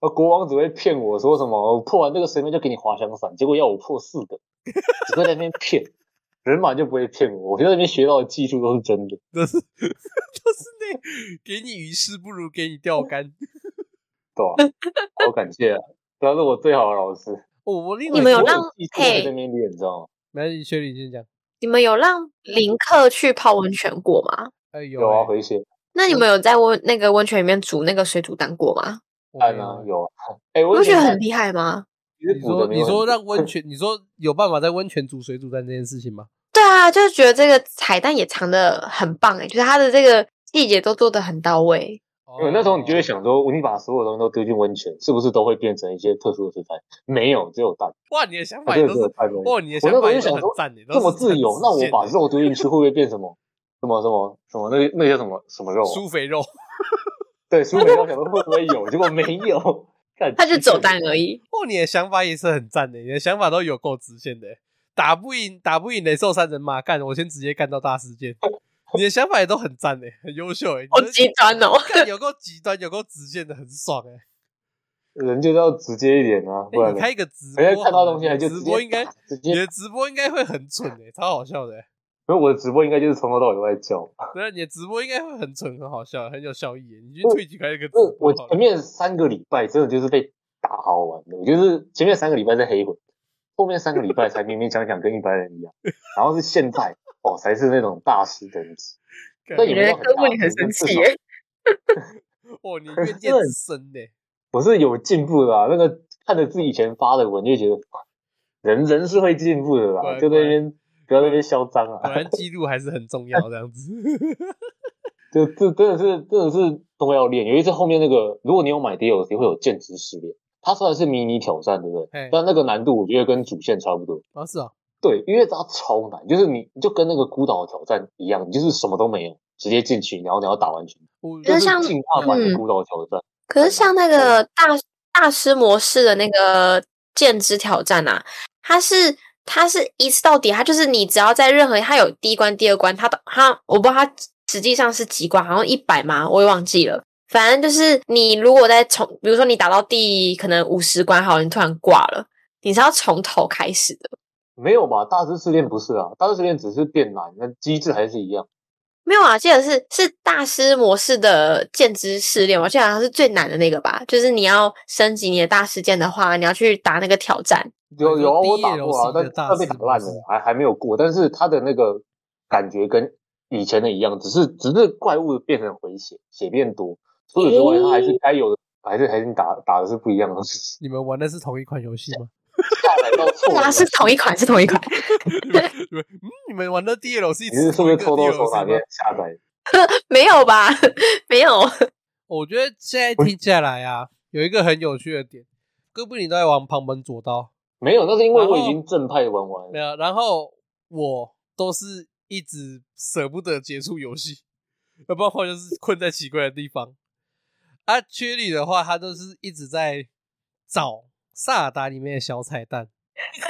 A: 呃国王只会骗我说什么我破完这个神面就给你滑翔伞，结果要我破四个，只会在那边骗。人马就不会骗我，我在那边学到的技术都是真的。
B: 就是 就是那给你鱼吃不如给你钓竿。
A: 对吧、好感谢、啊，他是我最好的老师。
B: 哦，我另外
C: 你们有
A: 我
C: 让
A: 技术在
C: 嘿
A: 那边练，你知道吗？
B: 没事，学你先讲。
C: 你们有让林克去泡温泉过吗？
B: 哎有
A: 有啊，
B: 哎
A: 回血
C: 那你们有在温那个温泉里面煮那个水煮蛋过吗？
B: 我
A: 按
B: 没
A: 啊，
B: 有
A: 有啊。哎、
C: 你
A: 我
C: 不觉得
A: 觉得
C: 很厉害吗？
A: 其实
B: 你
A: 补的
B: 说
A: 没
B: 你
A: 有
B: 说
A: 很
B: 让温泉，你说有办法在温泉煮水煮蛋这件事情吗？
C: 对啊，就是觉得这个彩蛋也藏的很棒哎、就是它的这个细节都做的很到位。
A: 多，那时候你就
B: 哦
A: 会想说，你把所有东西都丢进温泉，是不是都会变成一些特殊的食材？没有，只有蛋，
B: 哇，你的想
A: 它
B: 法也
A: 就
B: 都
A: 只有
B: 是
A: 蛋而已。
B: 哇，你的想法也是很赞的，
A: 这么自由，那我把
B: 肉
A: 肉丢进去会不会变什么？什么什么什么？那那叫什么什么肉啊？
B: 酥肥肉，
A: 对，苏北肉想说会不会有，结果没有，干
C: 它就走蛋而已。
B: 哇，你的想法也是很赞的，你的想法都有够直线的，打不赢打不赢雷兽三人马，干我先直接干到大 事件。你的想法也都很赞诶，很优秀诶，
C: 好
B: 你的
C: 极端 哦
B: 干有够极端，有够直线的，很爽诶。
A: 人就是要直接一点啊，不
B: 哎
A: 然
B: 你
A: 呢
B: 开一个直播
A: 人
B: 好
A: 家
B: 了，
A: 看到东西还
B: 你
A: 就
B: 的
A: 直
B: 直
A: 接
B: 播应该
A: 打直
B: 你
A: 接，
B: 的直播应该会很蠢诶，超好笑的欸。
A: 因为我的直播应该就是从头到尾都在叫。
B: 对啊，你的直播应该会很蠢，很好笑，很有效益耶。欸你去
A: 不
B: 退几开一个直
A: 我
B: 播
A: 嗯我前
B: 好了。
A: 面三个礼拜真的就是被打好玩的，我就是前面三个礼拜在黑魂，后面三个礼拜才勉勉强强跟一般人一样，然后是现在哦才是那种大师等级，
B: 干
A: 那
C: 我
A: 也
C: 觉
A: 没
C: 得
A: 有
C: 哥布
A: 很
C: 林很
A: 大
C: 生
A: 至
C: 气欸
A: 少
C: 耶，
B: 哦，你怨念
A: 真的
B: 之深欸 呢。
A: 我是有进步的、啊。那个看着自己以前发的文就觉得，哇人人是会进步的
B: 果然
A: 啦，就在那边不要在那边嚣张
B: 果
A: 啊，
B: 然记录还是很重要，这样子。
A: 就这真的是真的是都要练。有一次后面那个，如果你有买 DLC 会有剑之试炼，它虽然是迷你挑战，对不
B: 嘿
A: 对？但那个难度我觉得跟主线差不多。
B: 哦，是哦，
A: 对，因为它超难，就是你你就跟那个孤岛的挑战一样，你就是什么都没有，直接进去，然后你要打完全部，
B: 我
C: 可
A: 就是
C: 像
A: 进化版
C: 嗯
A: 的孤岛挑战。
C: 可是像那个大大师模式的那个剑之挑战啊，它是它是一次到底，它就是你只要在任何它有第一关、第二关，它都它我不知道它实际上是几关，好像一百吗？我也忘记了。反正就是你如果在从，比如说你打到第可能五十关，好，你突然挂了，你是要从头开始的。
A: 没有吧？大师试炼不是啊，大师试炼只是变难，那机制还是一样。
C: 没有啊，记得是是大师模式的剑之试炼，我记得好像是最难的那个吧。就是你要升级你的大师剑的话，你要去打那个挑战。
A: 有有啊，
B: 你说
A: 我打过
B: DLC
A: 啊，
B: 的
A: 但
B: 大
A: 但被
B: 师
A: 打烂
B: 模
A: 了
B: 式，
A: 还还没有过。但是他的那个感觉跟以前的一样，只是只是怪物变成回血，血变多。除此之外，他还是该有的，还是还是打打的是不一样的。
B: 你们玩的是同一款游戏吗？
A: 下载到错
C: 对啊，
A: 了，
C: 是同一款，是同一款。
B: 你们你们嗯，你们玩的 DLC
A: 你是是不是
B: 同
A: 偷
B: 一
A: 偷
B: 个
A: 从哪
B: DLC 吗
A: 边？下载？
C: 没有吧？ 没有。
B: 哦我觉得现在听下来啊，有一个很有趣的点，哥布林都在玩旁门左道，
A: 没有，那是因为
B: 然后
A: 我已经正派玩完
B: 没
A: 了。
B: 有，然后我都是一直舍不得结束游戏，那包括就是困在奇怪的地方。啊，缺里的话，他都是一直在找萨尔达里面的小彩蛋。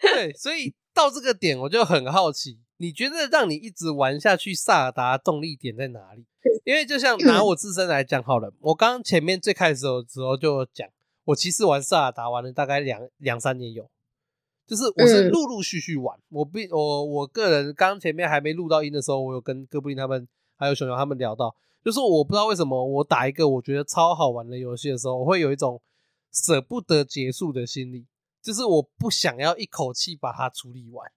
B: 对，所以到这个点我就很好奇，你觉得让你一直玩下去萨尔达动力点在哪里？因为就像拿我自身来讲好了，我刚刚前面最开始的时候就讲，我其实玩萨尔达玩了大概两两三年有，就是我是
C: 嗯
B: 陆陆续续玩，我并我我个人刚前面还没录到音的时候，我有跟哥布林他们还有熊熊他们聊到，就是我不知道为什么我打一个我觉得超好玩的游戏的时候，我会有一种舍不得结束的心理，就是我不想要一口气把它处理完。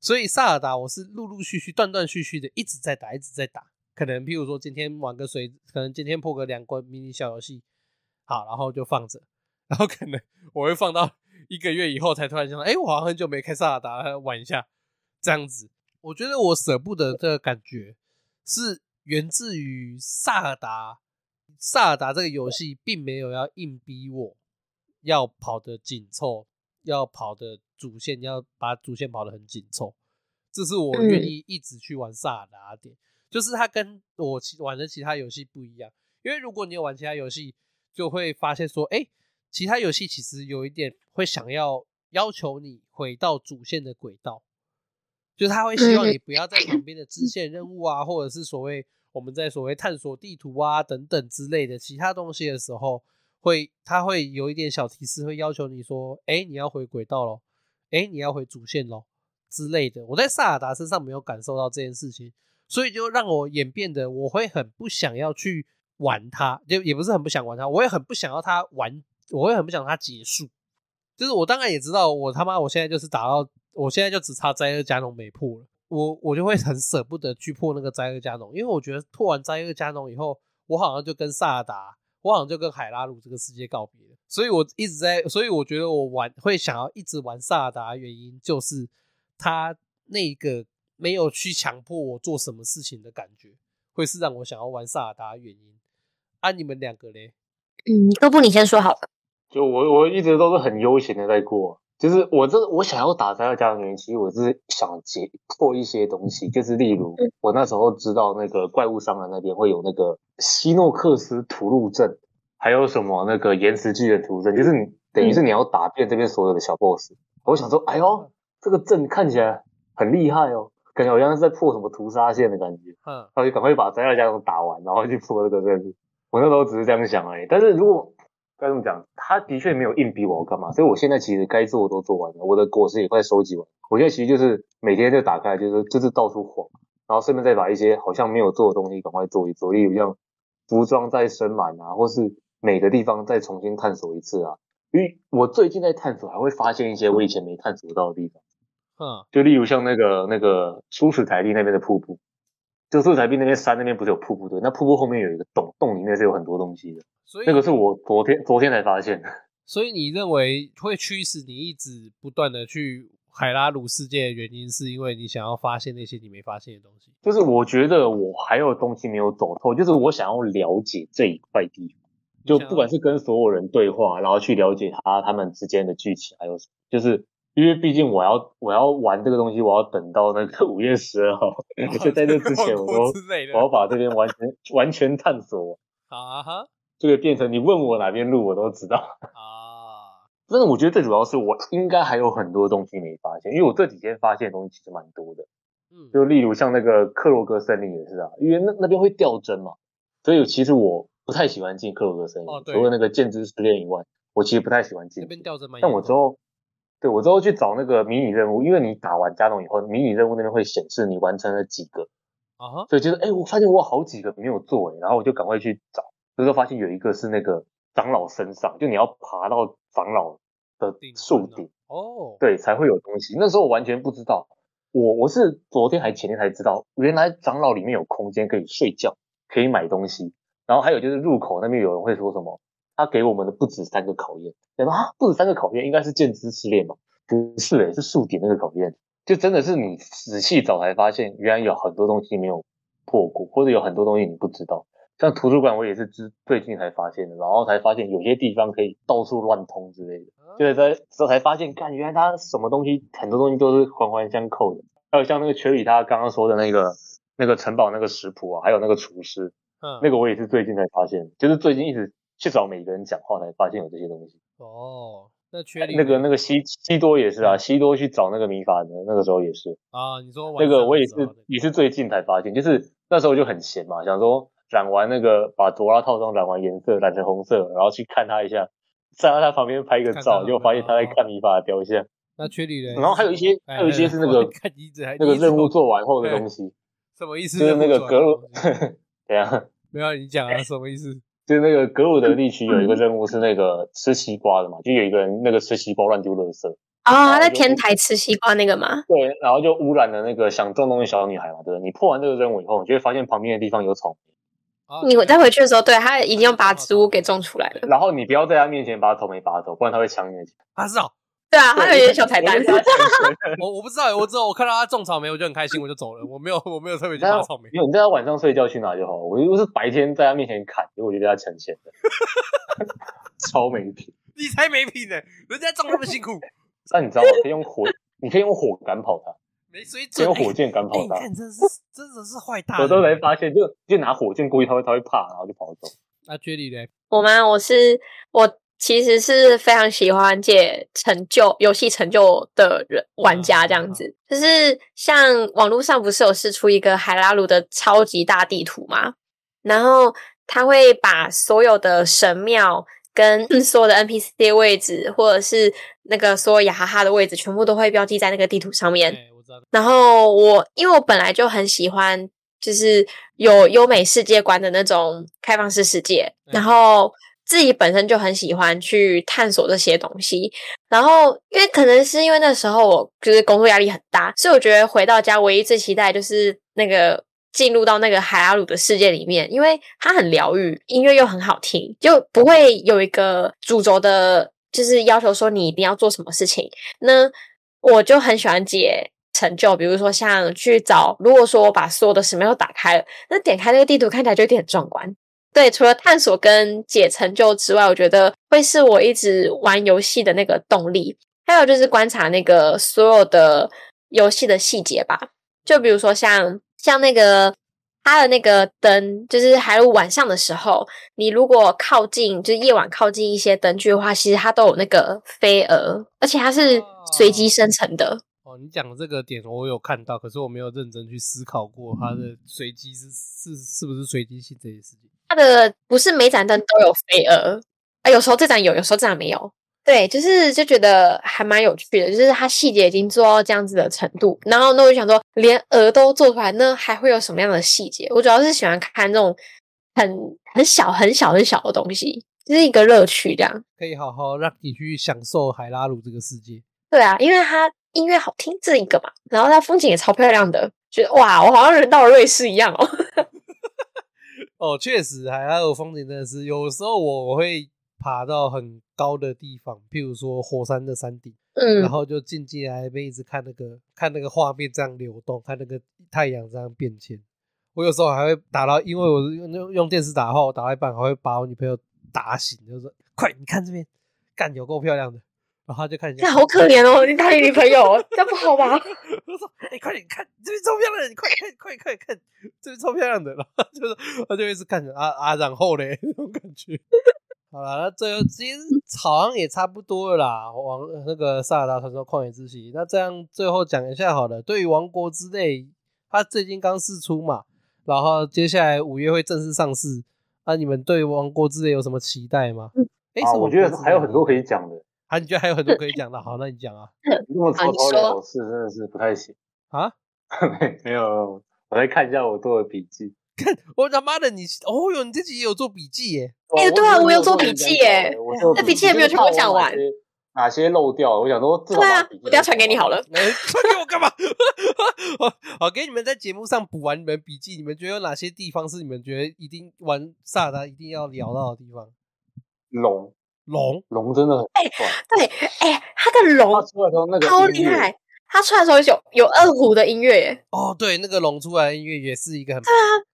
B: 所以萨尔达我是陆陆续续、断断续续的一直在打，一直在打。可能譬如说今天玩个水，可能今天破个两关迷你小游戏，好，然后就放着，然后可能我会放到一个月以后才突然想到，哎、我好像很久没开萨尔达了玩一下，这样子。我觉得我舍不得的感觉是源自于萨尔达，萨尔达这个游戏并没有要硬逼我要跑得紧凑，要跑的主线要把主线跑得很紧凑，这是我愿意一直去玩萨尔达的点。就是它跟我其玩的其他游戏不一样，因为如果你有玩其他游戏，就会发现说，哎、其他游戏其实有一点会想要要求你回到主线的轨道，就是他会希望你不要在旁边的支线任务啊，或者是所谓我们在所谓探索地图啊等等之类的其他东西的时候，会他会有一点小提示，会要求你说，哎、你要回轨道咯，哎、你要回主线咯之类的。我在萨尔达身上没有感受到这件事情，所以就让我演变的，我会很不想要去玩它，就也不是很不想玩它，我也很不想要它完，我也很不想它结束。就是我当然也知道，我他妈我现在就是打到，我现在就只差灾厄加农没破了，我我就会很舍不得去破那个灾厄加农，因为我觉得破完灾厄加农以后，我好像就跟萨尔达，我好像就跟海拉鲁这个世界告别了。所以我一直在，所以我觉得我玩会想要一直玩萨尔达，的原因就是他那个没有去强迫我做什么事情的感觉，会是让我想要玩萨尔达的原因。啊，你们两个嘞？
D: 嗯，都不你先说好了。
A: 就我我一直都是很悠闲的在过，就是我这我想要打《三二加的原因，其实我是想解破一些东西，就是例如我那时候知道那个怪物商人那边会有那个希诺克斯屠戮阵，还有什么那个岩石巨人屠戮阵，就是你等于是你要打遍这边所有的小 boss。我想说，哎呦，这个阵看起来很厉害哦，感觉好像是在破什么屠杀线的感觉。
B: 嗯，
A: 然后就赶快把灾难加农打完，然后去破这个任务。我那时候只是这样想而已。但是如果该怎么讲，他的确没有硬逼我干嘛，所以我现在其实该做的都做完了，我的果实也快收集完。我现在其实就是每天就打开，就是就是到处晃，然后顺便再把一些好像没有做的东西赶快做一做，例如像服装再生满啊，或是每个地方再重新探索一次啊。因为我最近在探索，还会发现一些我以前没探索到的地方。
B: 嗯，
A: 就例如像那个那个出石台地那边的瀑布，就出石台地那边山那边不是有瀑布对？那瀑布后面有一个洞，洞里面是有很多东西的。
B: 所以
A: 那个是我昨天昨天才发现的。
B: 所以你认为会驱使你一直不断的去海拉鲁世界的原因，是因为你想要发现那些你没发现的东西？
A: 就是我觉得我还有东西没有走透，就是我想要了解这一块地方，就不管是跟所有人对话，然后去了解他他们之间的剧情，还有什么，就是因为毕竟我要我要玩这个东西，我要等到那个 五月十二号，就在这之 前 我都
B: 之类的
A: 我，要把这边完全完全探索完。
B: 啊哈
A: 这个变成你问我哪边路我都知道。
B: 啊，
A: 但是我觉得最主要是我应该还有很多东西没发现，因为我这几天发现的东西其实蛮多的，
B: 嗯，
A: 就例如像那个克罗格森林也是啊，因为那那边会掉帧嘛，所以其实我不太喜欢进克罗格森林，
B: 哦对
A: 除了那个剑之失恋以外，我其实不太喜欢进
B: 那
A: 去
B: 边。吊着蛮
A: 但
B: 严重的。
A: 我之后，对我之后去找那个迷你任务，因为你打完加农以后，迷你任务那边会显示你完成了几个，
B: 啊哈，
A: 所以就是哎、诶我发现我有好几个没有做哎、然后我就赶快去找，这时候发现有一个是那个长老身上，就你要爬到长老的
B: 顶
A: 树
B: 端啊
A: 顶，
B: 哦，，
A: 对，才会有东西。那时候我完全不知道，我我是昨天还前天才知道，原来长老里面有空间可以睡觉，可以买东西，然后还有就是入口那边有人会说什么，他给我们的不止三个考验，然后啊不止三个考验，应该是剑之试炼吧？不是诶、是树顶那个考验，就真的是你仔细找才发现，原来有很多东西没有破过，或者有很多东西你不知道。像图书馆我也是之最近才发现的，然后才发现有些地方可以到处乱通之类的。就是在之后才发现，看原来他什么东西，很多东西都是环环相扣的。还有像那个缺里他刚刚说的那个那个城堡那个食谱啊，还有那个厨师，
B: 嗯，
A: 那个我也是最近才发现，就是最近一直去找每个人讲话才发现有这些东西。
B: 哦，那缺里
A: 哎那个那
B: 个
A: 个西西多也是
B: 嗯
A: 啊，西多去找那个米法的那个时候也是，
B: 啊，你说晚
A: 那个
B: 上
A: 我
B: 的
A: 也
B: 时候
A: 是也是最近才发现，就是那时候就很闲嘛，想说染完那个把朵拉套装染完颜色，染成红色，然后去看他一下，站在他旁边拍个
B: 看
A: 照，
B: 他
A: 结果发现他在
B: 哦
A: 看米法的雕像。
B: 那缺里嘞，
A: 然后还有一些，
B: 哎
A: 还有一些是那
B: 我
A: 个
B: 看你一直还
A: 那个
B: 你一直
A: 任务
B: 说哎
A: 做完后的东西，
B: 什么意思？
A: 就是那个格
B: 鲁
A: 鲁，，
B: 嗯
A: 怎样？
B: 没有你讲啊，什么意思？
A: 就是那个
B: 嗯
A: 格鲁德地区有一个任务是那个吃西瓜的嘛，就有一个人那个吃西瓜乱丢垃圾，
C: 哦，
A: 后
C: 在
A: 就
C: 天台吃西瓜那个吗？
A: 对，然后就污染了那个想种东西小女孩嘛，对不对？你破完这个任务以后，你就会发现旁边的地方有草莓，
B: 啊
C: 你再回去的时候，对他已经把植
B: 植物
C: 物给种出来了。
A: 然后你不要在她面前把草莓拔走，不然她会抢你的钱。
B: 啊，是哦，
C: 对啊，他有一些小彩蛋
A: 我。 就把它抢 走
B: 我我不知道，欸我只有我看到他种草莓，我就很开心，我就走了，我没有我没有特别去
A: 那
B: 拔草莓。
A: 没有，你在她晚上睡觉去哪就好了。我如果是白天在她面前砍，结果我就被她抢钱的， 超没品。
B: 你才没品呢，人家种那么辛苦，
A: 那你知道吗？可以用火，你可以用火赶跑她，
B: 没水
A: 可以
B: 准。
A: 用火箭赶
B: 哎，哎
A: 跑
B: 你
A: 她。
B: 看，真是真的是坏大
A: 我都没
B: 人。欸
A: 发现，就就拿火箭过去，她会她会怕，然后就跑走。
B: 那 j e 嘞，
C: 我吗？我是我其实是非常喜欢解成就游戏成就的人玩家这样子，就是像网络上不是有试出一个海拉鲁的超级大地图吗？然后他会把所有的神庙跟所有的 NPC 的位置，或者是那个所有雅哈哈的位置，全部都会标记在那个地图上面。
B: 哎，我知道。
C: 然后我因为我本来就很喜欢，就是有优美世界观的那种开放式世界，
B: 嗯
C: 然后自己本身就很喜欢去探索这些东西。然后因为可能是因为那时候我就是工作压力很大，所以我觉得回到家唯一最期待就是那个。进入到那个海拉鲁的世界里面，因为它很疗愈，音乐又很好听，就不会有一个主轴的，就是要求说你一定要做什么事情。那我就很喜欢解成就，比如说像去找，如果说我把所有的什么都打开了，那点开那个地图看起来就有点壮观。对，除了探索跟解成就之外，我觉得会是我一直玩游戏的那个动力。还有就是观察那个所有的游戏的细节吧，就比如说像像那个它的那个灯，就是还有晚上的时候，你如果靠近，就是夜晚靠近一些灯具的话，其实它都有那个飞蛾，而且它是随机生成的。
B: 哦，你讲的这个点我有看到，可是我没有认真去思考过它的随机是是是不是随机性这件事情。
C: 它的不是每盏灯都有飞蛾，啊，有时候这盏有，有时候这盏没有。对，就是就觉得还蛮有趣的，就是它细节已经做到这样子的程度，然后那我就想说，连蛾都做出来，那还会有什么样的细节？我主要是喜欢看这种很很小、很小、很小的东西，就是一个乐趣这样。
B: 可以好好让你去享受海拉鲁这个世界。
C: 对啊，因为它音乐好听这一个嘛，然后它风景也超漂亮的，觉得哇，我好像人到了瑞士一样哦。
B: 哦，确实，海拉鲁风景真的是，有时候我我会爬到很高的地方，譬如说火山的山顶，然
C: 嗯，
B: 后就静静来那边一直看那个看那个画面这样流动，看那个太阳这样变迁。我有时候还会打到，因为我用用用电视打的话，我打到一半还会把我女朋友打醒，就说：“快，你看这边，干有够漂亮的。”然后她就看一下
C: 那，好可怜哦，你打你女朋友哦，这样不好 吧？
B: 我说：“哎、快点看，这边超漂亮的，你快点看，快点快点看，这边超漂亮的。”然后就是他就一直看着啊啊，然后嘞 那种感觉。好了，那最后其实好像也差不多了啦。王那个《萨尔达传说：旷野之息》，那这样最后讲一下好了。对于《王国之泪》，它最近刚试出嘛，然后接下来五月会正式上市。那、你们对《王国之泪》有什么期待吗？哎、
A: 啊，
B: 是
A: 我
B: 王
A: 觉
B: 国
A: 得
B: 之
A: 还有
B: 泪
A: 很多
B: 吗
A: 可以讲的。
B: 啊，你觉得还有很多可以讲的？好，那你讲啊
A: 你这么
C: 好
A: 滔
C: 你
A: 滔
C: 说
A: 两口事真的是不太行。
B: 啊！
A: 没有没有，我来看一下我做的笔记。
B: 我他妈的你，哦哟，你自己也有做笔记耶！
A: 哇
C: 哎对啊我有做笔记耶
A: 我做
C: 那笔记也没有全部讲完。
A: 就是怕我哪些哪些漏掉了？我想说，至少
C: 对啊
A: 把笔记，
C: 我等下传给你好了。。
B: 哎传给我干嘛？ 好好给你们在节目上补完你们笔记，你们觉得有哪些地方是你们觉得一定玩萨尔达一定要聊到的地方？
A: 龙
B: 龙
A: 龙真的很帅，
C: 对，哎，它的
A: 他
C: 龙
A: 出来之后哦那个
C: 超
A: 音
C: 厉
A: 乐，
C: 害，它出来的时候有有二胡的音乐耶，
B: 哦，对，那个龙出来的音乐也是一个很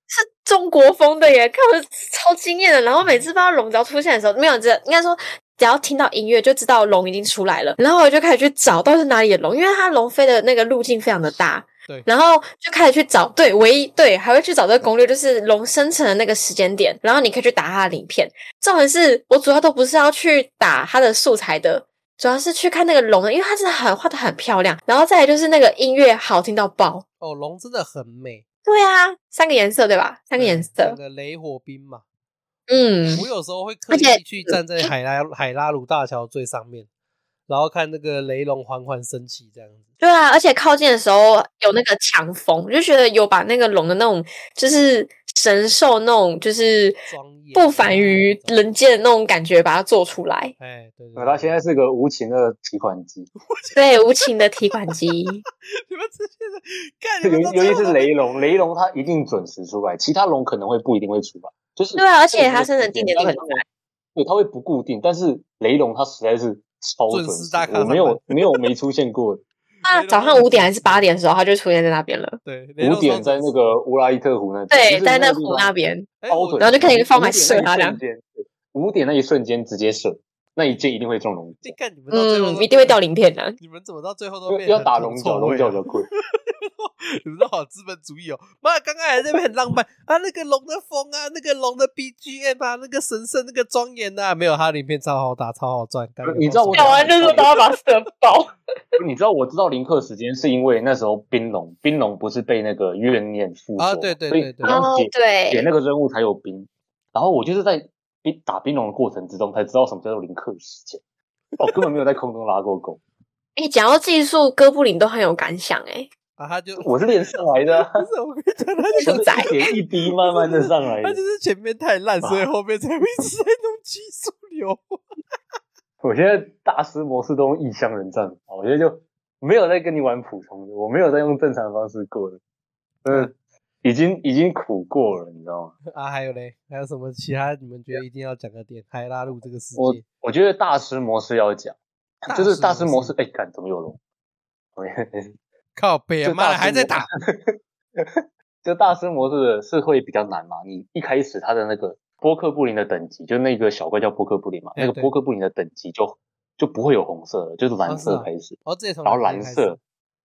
C: 是中国风的耶，看我超惊艳的。然后每次不知道龙只要出现的时候，没有这应该说。只要听到音乐就知道龙已经出来了，然后我就开始去找到底是哪里的龙，因为它龙飞的那个路径非常的大，
B: 对
C: 然后就开始去找，对，唯一对，还会去找这个攻略，就是龙生成的那个时间点，然后你可以去打它的鳞片。重点是我主要都不是要去打它的素材的，主要是去看那个龙的，因为它真的很画的很漂亮，然后再来就是那个音乐好听到爆。
B: 哦，龙真的很美，
C: 对啊，三个颜色对吧？三个颜
B: 那
C: 色，
B: 个雷火兵嘛，
C: 嗯，
B: 我有时候会刻
C: 而且
B: 意去站在海拉海拉鲁大桥最上面，然后看那个雷龙缓缓升起这样子。
D: 对啊，而且靠近的时候有那个强风，就觉得有把那个龙的那种就是神兽那种就是
B: 庄严
D: 不凡于人间的那种感觉，把它做出来。
B: 哎，对对
A: 对
B: 对，
A: 他现在是个无情的提款机，
D: 对，无情的提款机，
B: 你们 这些人，干你
A: 尤
B: 们
A: 尤
B: 都
A: 其是
B: 真的
A: 雷龙，雷龙它一定准时出来，其他龙可能会不一定会出来。就是
D: 对啊而且它生产地点都很
A: 但是对，它会不固定，但是雷龙它实在是超
B: 准
A: 准
B: 时
A: 时，
B: 大咖
A: 我没
B: 上
A: 有没有没出现过的。
D: 那早上五点还是八点的时候，它就出现在那边 了。
B: 对 雷龙
A: 五点在那个乌拉伊特湖那边，
D: 对，
A: 就是
D: 在
A: 那
D: 那
A: 个地
D: 湖
A: 方
D: 那边，
B: 哎
A: 超准，
D: 然后就可以放
A: 五
D: 买
A: 点
D: 射
A: 那一
D: 它这样
A: 瞬间对五点那一瞬间直接射，那一箭一定会中龙
B: 你看你们到最后
D: 嗯
B: 都，
D: 一定会掉鳞片的。
B: 你们怎么到最后都
A: 角，
B: 变
A: 要
B: 成
A: 打
B: 铜
A: 龙
B: 臭
A: 角，龙
B: 味
A: 角
B: 啊
A: 就跪。
B: 你们都好资本主义哦！妈，刚刚还在那边很浪漫啊，那个龙的风啊，那个龙的 BGM 啊，那个神圣，那个庄严呐、啊，没有，它里面超好打，超好赚。干
A: 呃你知道我
C: 讲完就是都要把射爆。
A: 你知道我知道林克时间是因为那时候冰龙，冰龙不是被那个怨念附着
B: 啊
A: 嘛
B: 对对对对
A: 所以
D: 哦
A: 好像解、解
D: 对，
A: 那个任务才有冰。然后我就是在冰打冰龙的过程之中才知道什么叫做林克时间，我根本没有在空中拉过钩，
D: 哎，讲到技术，哥布林都很有感想哎。
B: 啊，他就
A: 我是练上来 的啊，
B: 不是我跟你讲，他
A: 我
B: 就是
D: 仔
A: 一点一滴慢慢的上来
B: 他
A: 的
B: 就。是前面太烂，所以后面才会一直在弄技术流。
A: 我现在大师模式都用异乡人战法，我现在就没有在跟你玩普通的，我没有在用正常方式过的，嗯，已经已经苦过了，你知道吗？
B: 啊，还有嘞，还有什么其他你们觉得一定要讲的点？海拉鲁这个世
A: 我
B: 界，
A: 我觉得大师模式要讲，就是大师模式
B: 大师模
A: 哎，
B: 式，
A: 看怎么有龙？
B: 靠北啊，
A: 就
B: 妈
A: 大
B: 的还 在打，
A: 就大师模式的是会比较难嘛？你一开始他的那个波克布林的等级，就那个小怪叫波克布林嘛，
B: 哎
A: 那个
B: 对
A: 波克布林的等级就就不会有红色了，就是蓝
B: 哦是
A: 色
B: 啊
A: 开始，
B: 哦，这也从
A: 然后
B: 哪边
A: 蓝
B: 开始
A: 色、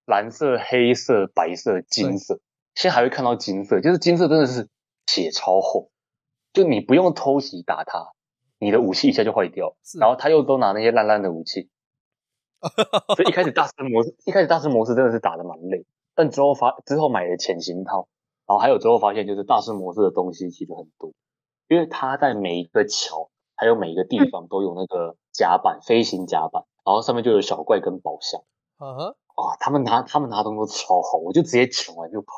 A: 蓝色、黑色、白色、金色，现在还会看到金色，就是金色真的是血超厚，就你不用偷袭打它，你的武器一下就坏掉，
B: 是，
A: 然后他又都拿那些烂烂的武器，所以一开始大师模式，一开始大师模式真的是打的蛮累，但之后发之后买了潜行套，然后还有之后发现就是大师模式的东西其实很多，因为它在每一个桥还有每一个地方都有那个甲板、飞行甲板，然后上面就有小怪跟宝箱，
B: 啊哈，
A: 哇、他们拿他们拿东西都超好，我就直接抢完就跑，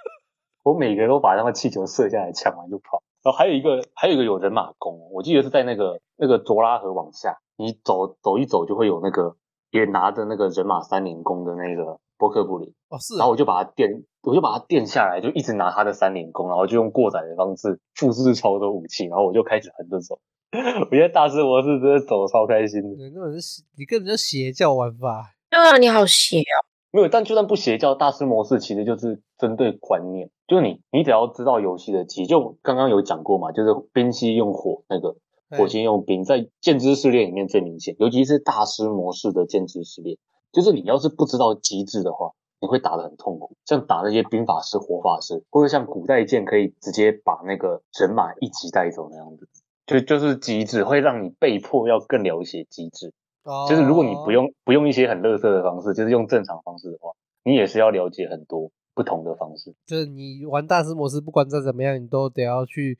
A: 我每个都把他们气球射下来，抢完就跑。然后还有一个还有一个有人马弓，我记得是在那个那个卓拉河往下，你走走一走就会有那个也拿着那个人马三连弓的那个波克布林，
B: 哦是
A: 然
B: 啊
A: 后，我就把它垫，我就把它垫下来，就一直拿他的三连弓，然后就用过载的方式复制超多武器，然后我就开始横着走。 我觉得大师模式真的走得超开心的，
B: 你根本是邪你根本就邪教玩法。
D: 对啊，你好邪哦。
A: 没有，但就算不邪教，大师模式其实就是针对观念，就是你你只要知道游戏的机，就刚刚有讲过嘛，就是冰系用火那个，
B: 哎
A: 火星用兵在剑之试炼里面最明显，尤其是大师模式的剑之试炼，就是你要是不知道机制的话，你会打得很痛苦。像打那些兵法师、火法师，或者像古代剑可以直接把那个人马一级带走那样子，就就是机制会让你被迫要更了解机制。
B: 哦，
A: 就是如果你不用不用一些很乐色的方式，就是用正常方式的话，你也是要了解很多不同的方式。
B: 就是你玩大师模式，不管再怎么样，你都得要去，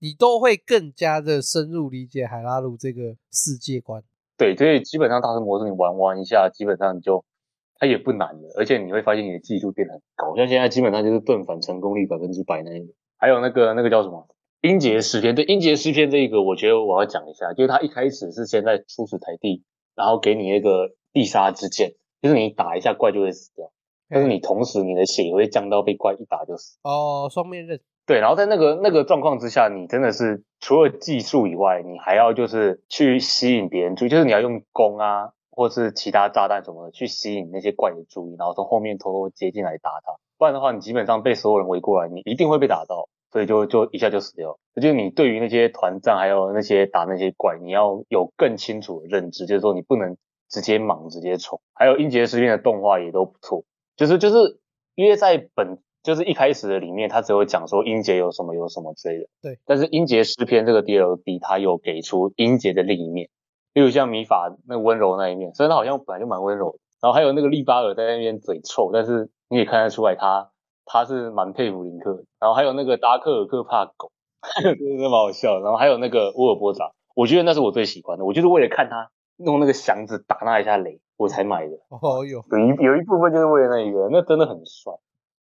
B: 你都会更加的深入理解海拉鲁这个世界观。
A: 对，所以基本上大师模式你玩玩一下，基本上你就它也不难的，而且你会发现你的技术变得很高，像现在基本上就是盾反成功率百分之百那一个，还有那个那个叫什么音节诗篇，对音节诗篇这一个，我觉得我要讲一下，就是它一开始是先在初始台地，然后给你那个必杀之剑，就是你打一下怪就会死掉，但是你同时你的血也会降到被怪一打就死。
B: 哦，双面刃
A: 对，然后在那个那个状况之下，你真的是除了技术以外，你还要就是去吸引别人注意，就是你要用弓啊，或是其他炸弹什么的去吸引那些怪的注意，然后从后面偷偷接近来打他。不然的话，你基本上被所有人围过来，你一定会被打到，所以就就一下就死掉。就是你对于那些团战还有那些打那些怪，你要有更清楚的认知，就是说你不能直接莽直接冲。还有英杰诗篇的动画也都不错，就是就是因为在本就是一开始的里面，他只有讲说音节有什么有什么之类的。
B: 对，
A: 但是音节诗篇这个 DLD 它有给出音节的另一面，例如像米法那温柔那一面，虽然他好像本来就蛮温柔的，然后还有那个利巴尔在那边嘴臭，但是你也看得出来他他是蛮佩服林克的，然后还有那个达克尔克怕狗， 真的蛮好笑的，然后还有那个沃尔波扎，我觉得那是我最喜欢的，我就是为了看他弄那个祥子打那一下雷，我才买的。
B: 哦哟，
A: 有一有一部分就是为了那个，那真的很帅。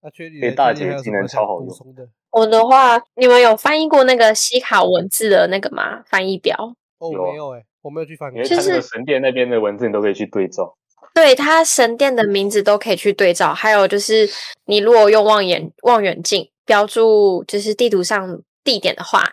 B: 那缺里
A: 对
B: 的
A: 哎大姐
B: 缺里还有
A: 技
B: 什么
A: 能
B: 想
A: 超好
B: 补
A: 用
B: 充的。
C: 我的话，你们有翻译过那个西卡文字的那个吗？翻译表？
B: 哦，我
A: 有啊
B: 没有哎，我没有去翻
A: 你
B: 过
A: 会。
C: 就
A: 看那
C: 是
A: 个神殿那边的文字，你都可以去对照。
C: 对，它神殿的名字都可以去对照。还有就是，你如果用望远望远镜标注就是地图上地点的话，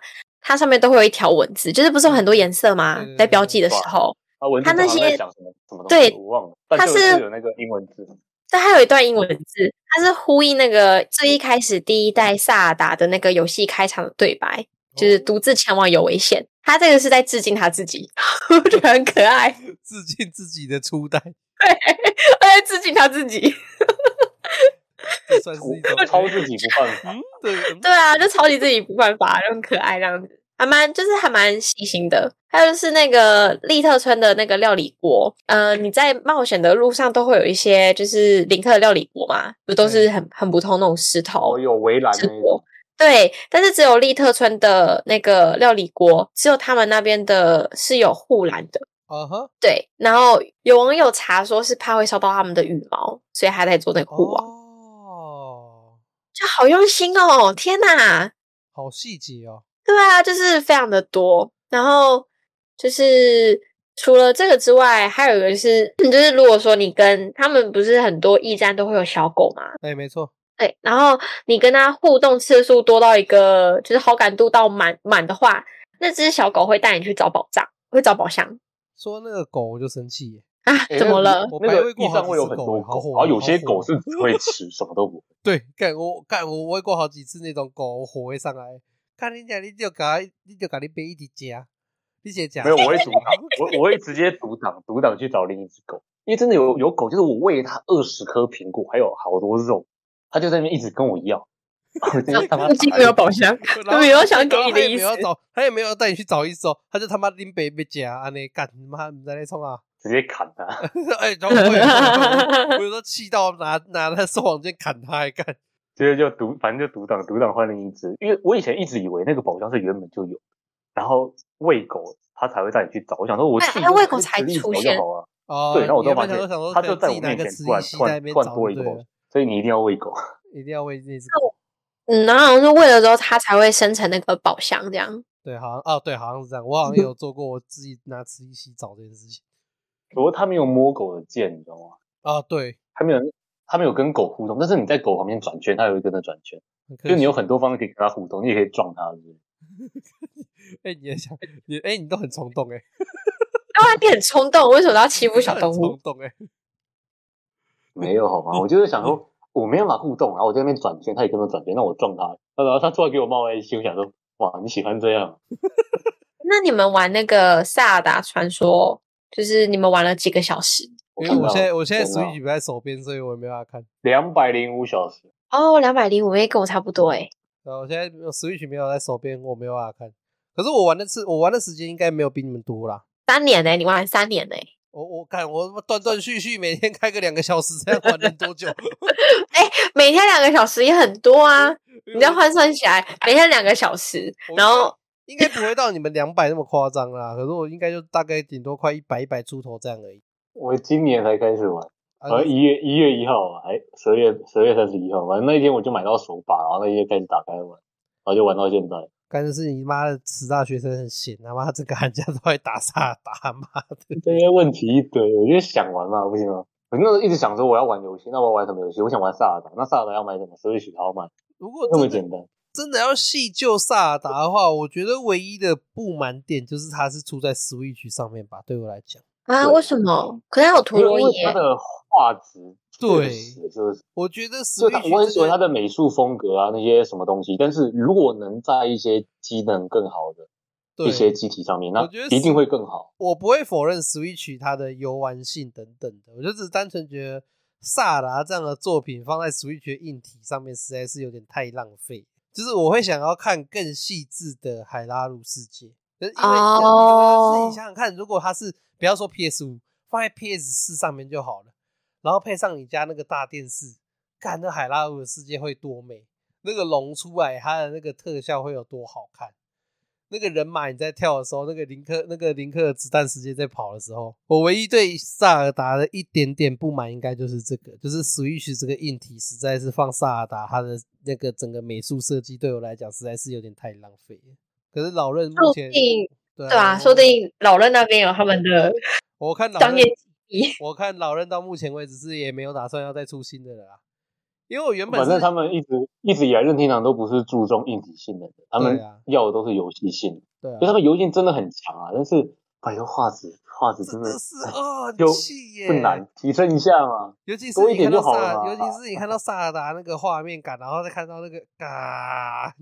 C: 它上面都会有一条文字，就是不是有很多颜色吗
B: 对嗯对？对
C: 在标记的时候，
A: 啊，文字
C: 他那
A: 好像在
C: 些
A: 讲什么什么东西，
C: 对
A: 我忘了。但
C: 他
A: 就是有那个英文字，
C: 但它有一段英文字，它是呼应那个最一开始第一代萨尔达的那个游戏开场的对白，就是
B: 哦
C: 独自前往有危险。他这个是在致敬他自己， 我觉得很可爱。
B: 致敬自己的初代，
C: 他在致敬他自己。
B: 这算是一种
A: 我 超自己不犯 法。
B: 嗯，对，嗯
C: 对啊，就超级自己不犯法，就很可爱这样子，还蛮就是还蛮细心的。还有就是那个利特村的那个料理锅，呃，你在冒险的路上都会有一些就是林克的料理锅嘛，不都是
B: 对
C: 很很普通那种石头
A: 哦，有围栏那
C: 石
A: 一种
C: 锅，。对，但是只有利特村的那个料理锅，只有他们那边的是有护栏的。
B: 啊 哈，
C: 对，然后有网友查说是怕会烧到他们的羽毛，所以还在做那个护网，
B: 哦，
C: 就好用心哦！天哪，
B: 好细节哦，
C: 对啊，就是非常的多。然后就是除了这个之外，还有一个是，嗯就是如果说你跟他们不是很多驿站都会有小狗嘛，
B: 哎，没错，
C: 对，然后你跟它互动次数多到一个就是好感度到满满的话，那只小狗会带你去找宝藏，会找宝箱
B: 说那个狗我就生气耶，
C: 啊？
A: 哎
C: 怎么
A: 那
C: 了？
B: 我
A: 那
B: 白
A: 个
B: 喂过
A: 地
B: 好
A: 上
B: 几
A: 会有
B: 次
A: 很
B: 狗
A: 多
B: 哎好
A: 狗，
B: 火
A: 然后有
B: 好
A: 些
B: 火
A: 狗是只会吃，什么都不会。
B: 对，干我干我喂过好几次那种狗，我火会上来，看你讲你就给它，你就给你背一直夹，你先夹，
A: 没有，我会阻挡， 我我会直接阻挡，阻挡去找另一只狗，因为真的有有狗，就是我喂它二十颗苹果，还有好多肉，它就在那边一直跟我要，我就让它
C: 附近没有宝
A: 打
C: 箱，
B: 然后
C: 没有想给你的
B: 然后他也
C: 意
B: 没有要
C: 思
B: 找，他也没有要带你去找意思哦，他就他妈拎背被夹，安尼干你妈你在那冲啊！
A: 直接砍它。
B: 哎，然后我也我有时候气到拿拿他手往前砍他，还干
A: 直接就独，反正就独挡，独挡换另一只。因为我以前一直以为那个宝箱是原本就有，然后喂狗它才会带你去找。我想说我自己
C: 哎
A: 就
C: 喂狗才
A: 直立
C: 出
A: 找就
C: 现
A: 好啊。
B: 哦。
A: 对，然后我
B: 你
A: 都
B: 原本
A: 发
B: 想
A: 现
B: 说想说，
A: 它就在我
B: 自己拿
A: 面
B: 个
A: 前
B: 磁
A: 突然
B: 吸
A: 突
B: 在那
A: 然
B: 边
A: 突然
B: 找
A: 多了一
B: 就
A: 个
B: 对
A: 宝箱
B: 了，，
A: 所以你一定要喂狗。
B: 一定要喂那只狗。
C: 嗯，然后好像是为了之后它才会生成那个宝箱这样。
B: 对，好像哦，对，好像是这样。我好像也有做过我自己拿磁吸洗澡这件事情
A: 不过它没有摸狗的键，你知道吗？
B: 啊，对，
A: 它没有它没有跟狗互动，但是你在狗旁边转圈，它也会跟着转圈。
B: 很可
A: 就你有
B: 惜
A: 很多方式可以跟它互动，你也可以撞它。是不是
B: 哎，你也想你哎，你都很冲动哎。
C: 当啊然你很冲动，为什么要欺负
B: 不
C: 小动物？
B: 冲动哎、
A: 没有好吗？我就是想
B: 嗯
A: 说我没办法互动，然后我在那边转圈，它也跟着转圈，那我撞它，然后它突然给我冒爱心，我想说哇你喜欢这样。
C: 那你们玩那个《萨尔达传说》，就是你们玩了几个小时？
A: 我
B: 因为
A: 看
B: 我
A: 到
B: 现在我现在
A: 看到
B: Switch 不在手边，所以我也没办法看。
A: 两百零五小时，
C: 哦，两百零五，也跟我差不多诶。
B: 然呃后我现在没有 Switch 没有在手边，我没有办法看。可是我玩的次，我玩的时间应该没有比你们多啦。
C: 三年呢、你玩了三年呢、
B: 我我看我断断续续每天开个两个小时，这样玩能多久？
C: 每天两个小时也很多
A: 嗯
C: 啊！
B: 你
C: 你要换算起来，每天两个小时，然后
B: 应该不会到你们两百那么夸张啦。可是我应该就大概顶多快一百一百出头这样而已。
A: 我今年才开始玩，
B: 啊
A: 呃，一月一月一号吧，哎，十二月十二月三十一号，反正那一天我就买到手把，然后那一天开始打开玩，然后就玩到现在。
B: 干的是你妈的死大学生很闲，他妈整个寒假都在打萨打，妈的！
A: 这些问题一堆，我就想玩嘛，不行吗？我那时候一直想说我要玩游戏，那我要玩什么游戏？我想玩萨尔达，那萨尔达要买什么 Switch 好买，
B: 如果
A: 那么
B: 真的
A: 简单。
B: 真的要细究萨尔达的话，我觉得唯一的不满点就是它是出在 Switch 上面吧，对我来讲，
C: 啊，
A: 对
C: 为什么？可是它有
A: 因
C: 陀螺
A: 为因为
C: 仪
A: 它
C: 耶，
A: 的画质
B: 对
A: 确实就是，
B: 我觉得
A: 就它
B: Switch
A: 啊我很喜欢它
B: 的
A: 的美术风格啊，那些什么东西。但是如果能在一些机能更好的一些
B: 对，
A: 机体上面，
B: 我
A: 那
B: 觉得
A: 一定
B: 是
A: 会更好。
B: 我不会否认 Switch 它的游玩性等等的，我就只是单纯觉得萨尔达这样的作品放在 Switch 的硬体上面实在是有点太浪费，就是我会想要看更细致的海拉鲁世界，可是因为因为
C: 哦
B: 自己想想看，如果它是不要说 PS 五，放在 PS 四上面就好了，然后配上你家那个大电视，看那海拉鲁的世界会多美，那个龙出来它的那个特效会有多好看。那个人马你在跳的时候，那个林克那个林克的子弹时间在跑的时候，我唯一对萨尔达的一点点不满，应该就是这个，就是 Switch 这个硬体实在是放萨尔达它的那个整个美术设计对我来讲实在是有点太浪费了。可是老任目
D: 说
B: 前
D: 不定对
B: 对
A: 哦
D: 吧、
B: 我
D: 说不定老任那边有他们 的
B: 我看老
D: 商业
B: 任
D: 机密，
B: 我看老任到目前为止是也没有打算要再出新的了啦，因为我原本
A: 哦反正
B: 是
A: 他们一直一直以来任天堂都不是注重硬体性能的，他
B: 对
A: 们
B: 啊
A: 要的都是游戏性能。
B: 对啊
A: 就，他们游戏性真的很强啊，但是拜托画质画质
B: 真
A: 真
B: 的
A: 的
B: 是哦，很
A: 哎就
B: 气耶，
A: 不难，提升一下嘛。
B: 尤其是
A: 多一
B: 你
A: 点
B: 看到
A: 就好了
B: 萨，
A: 嘛
B: 尤其是你看到萨尔达那个画面感，然后再看到那个啊，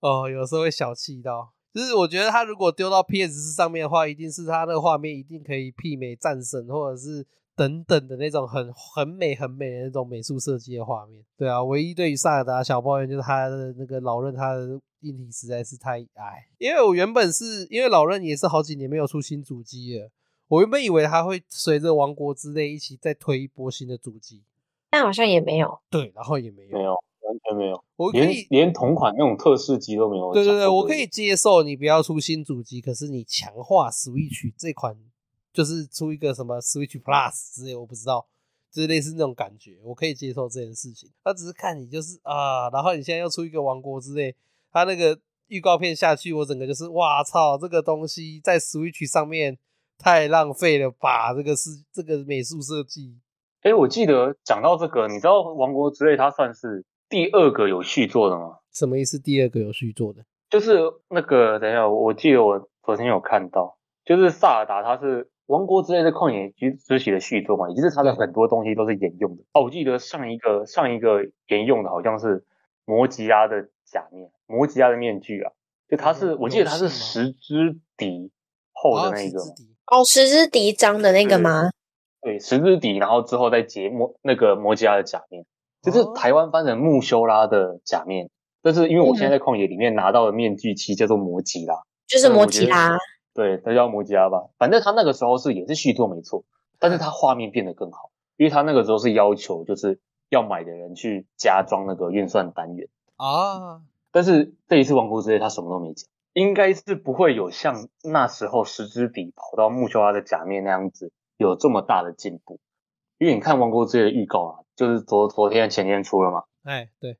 B: 哦，有时候会小气到。就是我觉得他如果丢到 PS 四上面的话，一定是他那个画面一定可以媲美战神或者是等等的那种很很美很美的那种美术设计的画面。对啊，唯一对于萨尔达小抱怨就是他的那个老任他的硬体实在是太矮，因为我原本是因为老任也是好几年没有出新主机了。我原本以为它会随着《王国之泪》一起再推一波新的主机，
D: 但好像也没有。
B: 对，然后也没有。
A: 没有，完全没有，
B: 我可
A: 连
B: 以，
A: 连同款那种特仕机都没有。
B: 对对对，我可以。接受你不要出新主机，可是你强化 Switch 这款，就是出一个什么 Switch Plus 之类，我不知道，就是类似那种感觉，我可以接受这件事情。他只是看你就是啊，然后你现在又出一个《王国之泪》，他那个预告片下去，我整个就是哇操，这个东西在 Switch 上面太浪费了吧？这个是这个美术设计。
A: 哎，我记得讲到这个，你知道《王国之泪》它算是第二个有续作的吗？
B: 什么意思？第二个有续作的，
A: 就是那个，等一下，我记得我昨天有看到，就是萨尔达它是《王国之泪》的旷野之之息的续作嘛，也就是它的很多东西都是沿用的。哦，我记得上一个上一个沿用的好像是摩吉亚的假面，摩吉亚的面具啊，就它是
B: 嗯
A: 我记得它是
B: 游戏吗
A: 十之敌后
B: 啊
A: 的那一
B: 十
A: 个
B: 之
A: 嘛，
B: 敌
D: 哦，十之敌章的那个吗？
A: 对，十之敌，然后之后再结摩那个摩吉亚的假面，就是
B: 哦
A: 台湾翻成木修拉的假面，但是因为
B: 嗯
A: 我现在在旷野里面拿到的面具其实叫做摩吉拉。
D: 就是摩啊吉拉，
A: 对，它叫摩吉拉吧。反正他那个时候是也是续作没错，但是他画面变得更好，因为他那个时候是要求就是要买的人去加装那个运算单元。
B: 啊，
A: 但是这一次王国之泪他什么都没讲，应该是不会有像那时候十之敌跑到木修拉的假面那样子有这么大的进步，因为你看王国之泪的预告啊，就是昨昨天前天出了嘛，
B: 哎，对，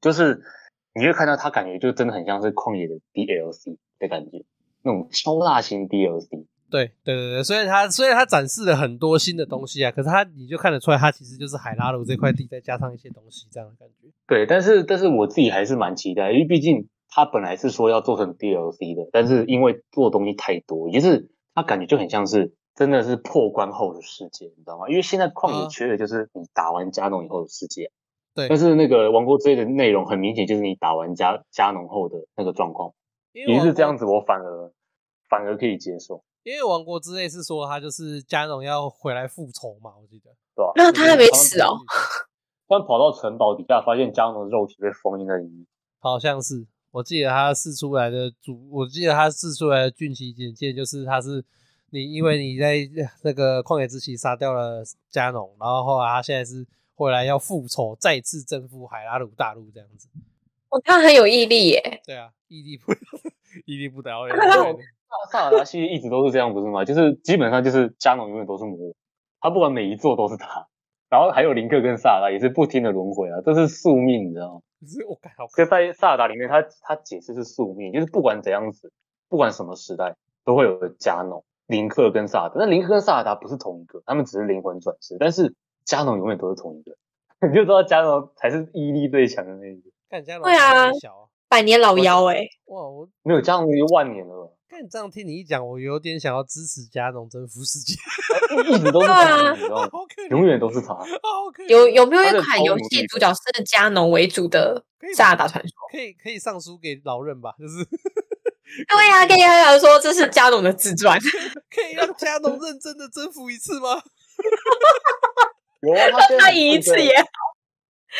A: 就是你会看到他感觉就真的很像是旷野的 DLC 的感觉，那种超大型 DLC。
B: 对，对，对，对，所以他虽然他展示了很多新的东西啊，可是他你就看得出来，他其实就是海拉鲁这块地再加上一些东西这样的感觉。
A: 对，但是但是我自己还是蛮期待，因为毕竟他本来是说要做成 DLC 的，但是因为做的东西太多，也就是他感觉就很像是真的是破关后的世界，你知道吗？因为现在旷
B: 啊
A: 野缺的就是你打完加农以后的世界，啊
B: 对
A: 但是那个王国之泪的内容很明显就是你打完加加农后的那个状况，
B: 因为
A: 也
B: 王
A: 是
B: 国
A: 这样子，，我反而反而可以接受，
B: 因为王国之泪是说他就是加农要回来复仇嘛，我记得。
A: 对吧？
D: 那他还没死
A: 然后
D: 哦，
A: 突然跑到城堡底下，发现加农的肉体被封印在里面。
B: 好像是，我记得他试出来的主，我记得他试出来的剧情简介就是他是你，因为你在那个旷野之息杀掉了加农，然后后来他现在是回来要复仇，再次征服海拉鲁大陆这样子。
D: 哦，他很有毅力耶。
B: 对啊，屹立不屹立 不倒。欸
A: 啊萨萨尔达系列一直都是这样，不是吗？就是基本上就是加农永远都是魔王，他不管每一座都是他。然后还有林克跟萨尔达也是不停的轮回啊，这是宿命，你知道吗？
B: 可是我感好
A: 就在萨尔达里面，他他解释是宿命，就是不管怎样子，不管什么时代，都会有加农、林克跟萨尔达。那林克跟萨尔达不是同一个，他们只是灵魂转世，但是加农永远都是同一个，你就知道加农才是毅力最强的那一个。
B: 干加农
D: 对啊
B: 小啊
D: 百年老妖哎，
B: 哇！我
A: 没有加农已经万年了，
B: 干这样听你一讲，我有点想要支持加农征服世界，
A: 一直都是他，你知道
B: 好
A: 吗？
B: 可怜，
A: 永远都是他。
B: 好可怜。
D: 有有没有
A: 他
D: 一
A: 的
D: 款
A: 超
D: 游
A: 能
D: 戏
A: 力
D: 主角是加农为主的
B: 可以
D: 《萨尔
B: 吧
D: 达传说》？
B: 可以可以上书给老任吧，就是
D: 对啊呀、跟丫丫说这是加农的自传，
B: 可以让加农认真的征服一次吗？
A: 有啊，他 现在
D: 他
A: 很
D: 赢一
A: 认真
D: 次
A: 啊
D: 耶。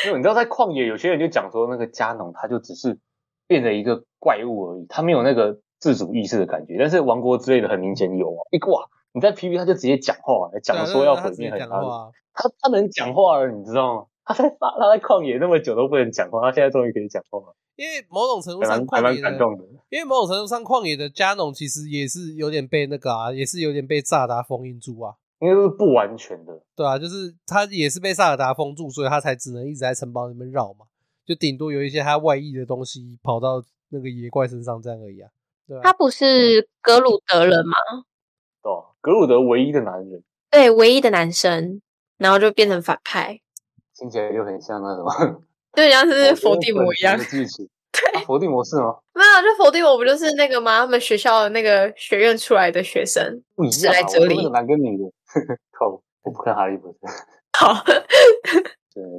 A: 没有，你知道在旷野，有些人就讲说，那个加农他就只是变成一个怪物而已，他没有那个自主意识的感觉。但是王国之类的很明显有啊，一哇，你在 PV 他就直接讲话，
B: 对 啊
A: 讲说要
B: 对啊他
A: 毁
B: 自己
A: 灭很
B: 讲
A: 大陆，
B: 话啊，
A: 他他能讲话了，你知道吗？他在他在旷野那么久都不能讲话，他现在终于可以讲话了。
B: 因为某种程度
A: 还
B: 上
A: 蛮还
B: 旷
A: 蛮
B: 野的
A: 感，动的。
B: 因为某种程度上旷野的加农其实也是有点被那个啊，也是有点被萨尔达封印住啊，
A: 应该是不完全的，
B: 对啊，就是他也是被萨尔达封住，所以他才只能一直在城堡里面绕嘛，就顶多有一些他外溢的东西跑到那个野怪身上这样而已啊，对
D: 他
B: 啊，
D: 不是格鲁德人吗？
A: 对吧？格鲁德唯一的男人，
D: 对，唯一的男生，然后就变成反派，
A: 听起来就很像那什么，
D: 就像是
A: 我觉得
D: 伏地魔
A: 本
D: 一样
A: 质。的剧情。 对，伏地魔是吗？
D: 没有，啊就伏地魔不就是那个吗？他们学校的那个学院出来的学生。
A: 不一样
D: 史莱
A: 啊，
D: 哲
A: 我说
D: 林
A: 那个男跟女的， 靠，我不看哈利波特。
D: 好，
A: 真的是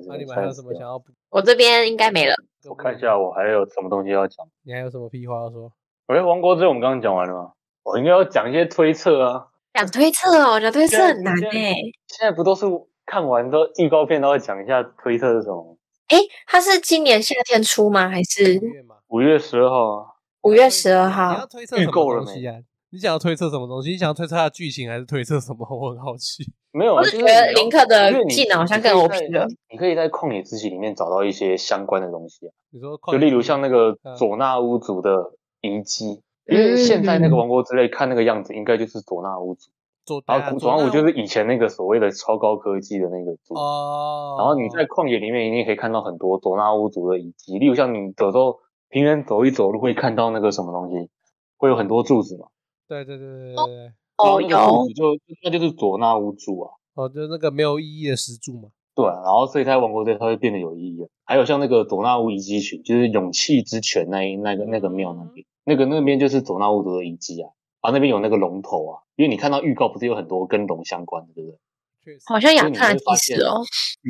B: 那你们
A: 太
B: 还有什么
A: 屌
B: 想嗯要补？
D: 我这边应该没了。
A: 我看一下，我还有什么东西要讲？
B: 你还有什么屁话要说？
A: 喂，王国之泪我们刚刚讲完了吗？我应该要讲一些推测啊。
D: 讲推测哦，讲推测很难
A: 对啊
D: 哎、欸。
A: 现在不都是看完之后预告片都会讲一下推特是什么吗？
D: 哎，它是今年夏天出吗？还是
C: 嗯
B: 五月嘛，
A: 五月十二号啊，
D: 五月十二
B: 你要
D: 号？
B: 推测什
A: 预购
B: 么
A: 了
B: 东西啊？你想要推测什么东西？你 想要推测它的剧情，还是推测什么？ 我很好奇。
A: 没有啊，
D: 我
A: 就是是
D: 觉得
A: 你
D: 林克
A: 因
D: 的
A: 为你
D: 技能好像
A: 你可以
D: 更 OP
A: 在
D: 了。
A: 你可以在旷野之息里面找到一些相关的东西啊，
B: 你说，
A: 就例如像那个
B: 嗯
A: 佐纳乌族的遗迹，因
D: 嗯
A: 为现在那个王国之泪看那个样子，应该就是佐纳乌族。
B: 左
A: 然后佐纳乌就是以前那个所谓的超高科技的那个族。
B: 哦，
A: 然后你在旷野里面一定可以看到很多佐纳乌族的遗迹，例如像你走到平原走一走路会看到那个什么东西，会有很多柱子嘛。
B: 对对对对对对，
D: 哦，
A: 然后
D: 有
A: 那个柱子就那就是佐纳乌族啊。
B: 哦，就那个没有意义的石柱嘛。
A: 对啊、然后所以在王国队它会变得有意义了。还有像那个佐纳乌遗迹群，就是勇气之泉那一那个那个庙那边，那个那边就是佐纳乌族的遗迹啊，啊那边有那个龙头啊，因为你看到预告不是有很多跟龙相关的，对不对？
B: 确实，
D: 好像亚
A: 所以你
D: 特兰
A: 会
D: 蒂
A: 发
D: 斯
A: 现
D: 哦，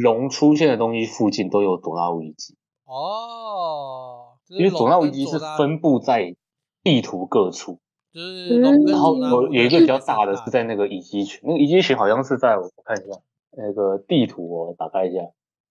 A: 龙出现的东西附近都有佐纳乌遗迹，
B: 哦，
A: 因为佐纳
B: 纳
A: 乌遗迹是分布在地图各处，
B: 就是龙跟
A: 然后
B: 佐纳
A: 有有一个比较大的是在那个遗迹群，那个遗迹群好像是在我看一下那个地图，我打开一下。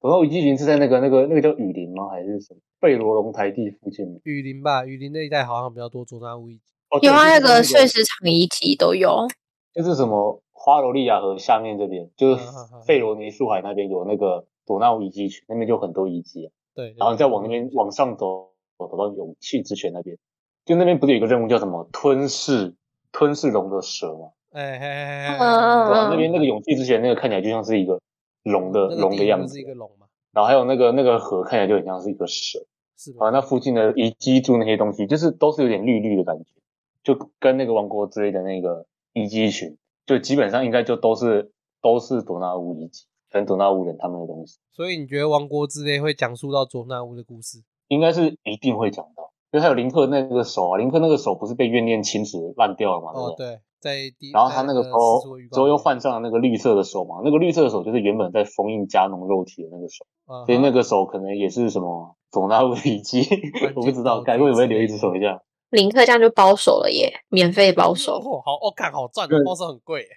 A: 佐纳乌遗迹群是在那个那个那个叫雨林吗？还是什么贝罗龙台地附近吗？
B: 雨林吧，雨林那一带好像比较多佐纳乌遗迹。
A: 哦，对
D: 有啊，那
A: 就是
D: 个碎
A: 个
D: 石场遗迹都有。
A: 就是什么花罗利亚河下面这边，就是
B: 嗯嗯嗯
A: 费罗尼树海那边有那个朵纳乌遗迹群，那边就很多遗迹啊、
B: 对，
A: 然后再往那边往上走，走到勇气之泉那边，就那边不是有一个任务叫什么吞噬吞噬龙的蛇嘛？
B: 哎嘿嘿嘿，
A: 对吧、
D: 嗯
A: 那边那个勇气之泉那个看起来就像是一个龙的
B: 那个
A: 龙的样
B: 是
A: 子
B: 一，个龙嘛，
A: 然后还有那个那个河看起来就很像是一个蛇。
B: 是吧
A: 啊，？那附近的遗迹柱那些东西，就是都是有点绿绿的感觉，就跟那个王国之类的那个遗迹群，就基本上应该就都是都是朵纳乌遗迹，可能朵纳乌人他们的东西，
B: 所以你觉得《王国之泪》会讲述到佐纳乌的故事？
A: 应该是一定会讲到。因为还有林克那个手啊，林克那个手不是被怨念侵蚀烂掉了嘛，对不
B: 哦，对，在第
A: 然后他
B: 在那呃
A: 个时候
B: 四处预告
A: 之后又
B: 片
A: 换上了那个绿色的手嘛，那个绿色的手就是原本在封印加农肉体的那个手，
B: 啊
A: 所以
B: 哈
A: 那个手可能也是什么佐纳乌遗迹，我不知
B: 哦
A: 道，该会不会留一只手一 下？
D: 林克这样就包手了耶，免费包手。
B: 哦，好哦，干好赚
A: 对，
B: 包手很贵耶，